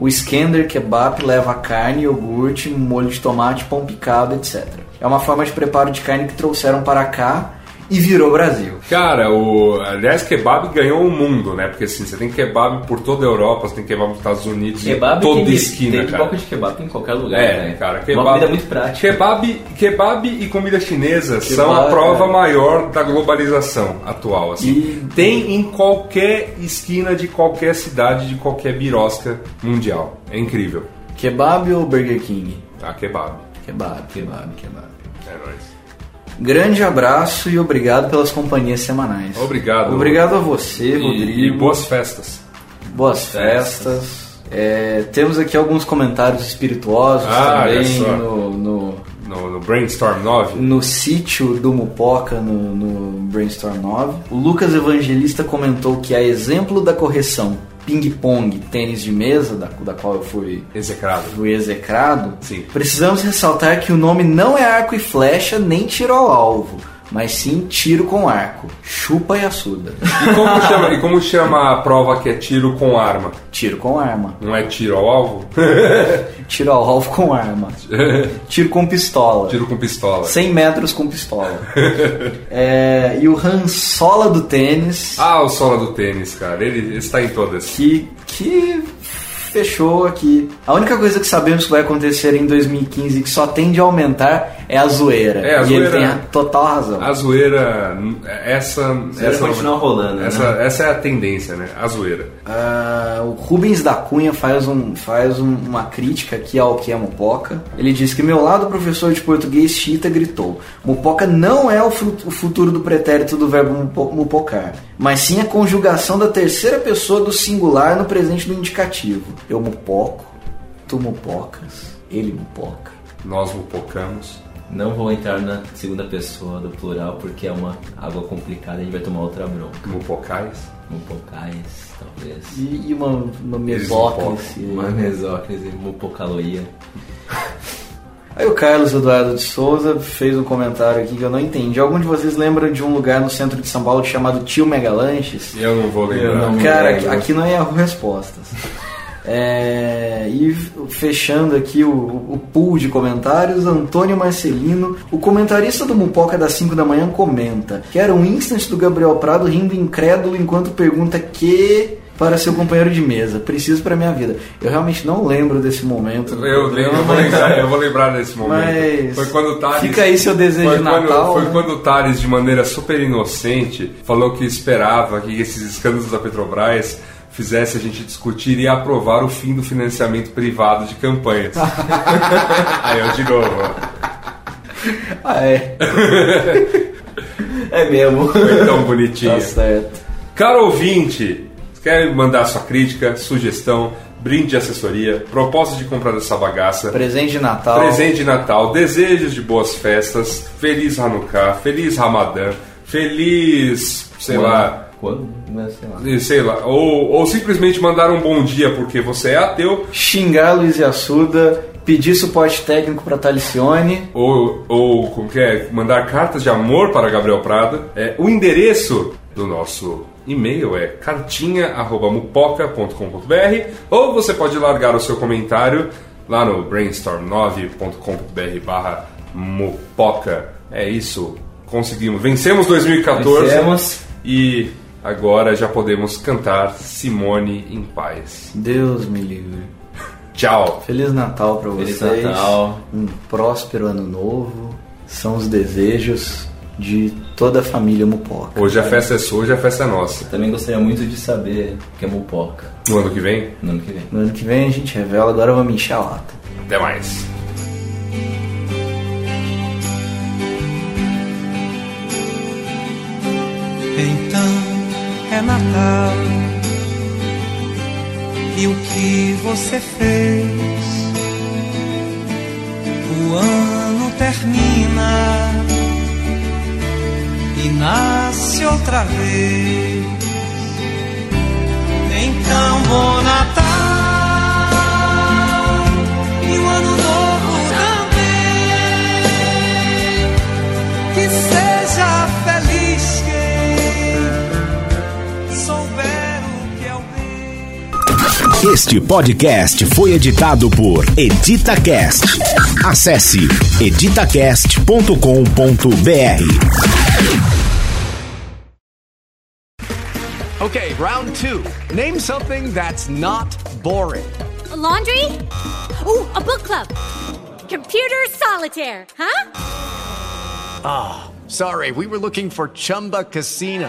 O Skender Kebab leva carne, iogurte, molho de tomate, pão picado, etc. É uma forma de preparo de carne que trouxeram para cá e virou Brasil.
Cara, o aliás, kebab ganhou o mundo, né? Porque assim, você tem kebab por toda a Europa, você tem kebab nos Estados Unidos,
Kebab
em toda
tem,
esquina,
tem
cara.
pipoca de kebab em qualquer lugar,
É,
né?
cara,
Uma
kebab.
comida muito prática.
Kebab, kebab e comida chinesa são a
Kebab,
prova
é.
maior da globalização atual. Assim.
E-
Tem em qualquer esquina de qualquer cidade, de qualquer birosca mundial. É incrível.
Kebab ou Burger King?
Ah, kebab.
Kebab, kebab, kebab.
É nóis.
Grande abraço e obrigado pelas companhias semanais.
Obrigado.
Obrigado a você, Rodrigo.
E, e boas festas.
Boas festas. É, temos aqui alguns comentários espirituosos
Ah, olha
também
só.
no, no,
No, no Brainstorm
Hum.
9.
no sítio do Mupoca, no, no Brainstorm 9. O Lucas Evangelista comentou que, a exemplo da correção ping-pong, tênis de mesa, da, da qual eu fui
Execrado.
fui execrado,
Sim.
precisamos ressaltar que o nome não é arco e flecha nem tiro ao alvo, mas sim tiro com arco. Chupa e assuda.
E como, chama, e como chama a prova que é tiro com arma?
tiro com arma.
Não é tiro ao alvo?
Tiro ao alvo com arma. Tiro com pistola.
tiro com pistola.
100 metros com pistola. É, e o Ransola do tênis,
Ah, o sola do tênis, cara. Ele está em todas.
que, que fechou aqui. A única coisa que sabemos que vai acontecer em 2015 e que só tende a aumentar é a zoeira.
É, a
e ele
zoeira-
tem a total razão.
A zoeira, essa,
Zoeira
essa
continua rolando, né?
Essa, essa é a tendência, né? A zoeira.
Ah, o Rubens da Cunha faz, um, faz um- uma crítica aqui ao que é Mupoca. Ele diz que meu lado professor de português chita gritou: Mupoca não é o, fu- o futuro do pretérito do verbo mupo- mupocar, mas sim a conjugação da terceira pessoa do singular no presente do indicativo. Eu mupoco, tu mupocas, ele mupoca.
Nós mupocamos.
Não vou entrar na segunda pessoa do plural porque é uma água complicada, a gente vai tomar outra bronca.
Mupocais.
Mupocais, talvez.
E, e uma, uma
Eles
mesoca. em
mupocam,
si. né?
Uma mesócrise, mupocaloia.
Aí o Carlos Eduardo de Souza fez um comentário aqui que eu não entendi. Algum de vocês lembra de um lugar no centro de São Paulo chamado Tio Megalanches?
Eu não vou lembrar.
não-
Cara, aqui,
lembro.
aqui não é erro respostas. É, e fechando aqui o, o pool de comentários, Antônio Marcelino, o comentarista do Mupoca das 5 da manhã comenta que era um instant do Gabriel Prado rindo incrédulo enquanto pergunta que para seu companheiro de mesa, preciso para minha vida. Eu realmente não lembro desse momento. do
Eu, lembro, eu,
programa,
vou
mas-
lembrar, eu vou lembrar desse momento.
Mas
foi quando o Thales.
fica aí seu desejo
foi
de
quando-
Natal,
Foi
né?
quando o Thales, de maneira super inocente, falou que esperava que esses escândalos da Petrobras fizesse a gente discutir e aprovar o fim do financiamento privado de campanhas. aí eu de novo. ó,
Ah, é.
É mesmo.
Foi tão bonitinho.
Tá certo.
Caro ouvinte, quer mandar sua crítica, sugestão, brinde de assessoria, proposta de comprar dessa bagaça,
Presente de Natal.
presente de Natal, desejos de boas festas, feliz Hanukkah, feliz Ramadã, feliz, sei lá,
Quando? Não sei lá.
sei lá, ou, ou simplesmente mandar um bom dia porque você é ateu,
Xingar Luiz e Assuda. Pedir suporte técnico para Talicione.
ou, ou como que é, mandar cartas de amor para Gabriel Prado. É, o endereço do nosso e-mail é cartinha.mupoca.com.br ou você pode largar o seu comentário lá no brainstorm9.com.br barra mupoca. É isso, conseguimos. Vencemos 2014
Vencemos.
e a Agora já podemos cantar Simone em paz.
Deus me livre.
Tchau!
Feliz Natal pra
Feliz
vocês.
Natal.
Um próspero ano novo. São os desejos de toda a família Mupoca.
Hoje a festa é sua, hoje a festa é nossa.
Também gostaria muito de saber o que é mupoca
No ano que vem,
no ano que vem.
No ano que vem a gente revela, agora vamos encher a lata.
até mais.
Então é Natal. E o que você fez? O ano termina e nasce outra vez. Então, bom Natal e um ano novo também que seja feliz quem souber o que é o bem.
Este podcast foi editado por EditaCast. Acesse editacast.com.br.
Okay, round two. Name something that's not boring.
A laundry? Ooh, a book club. Computer solitaire, huh?
Ah, Sorry, we were looking for Chumba Casino.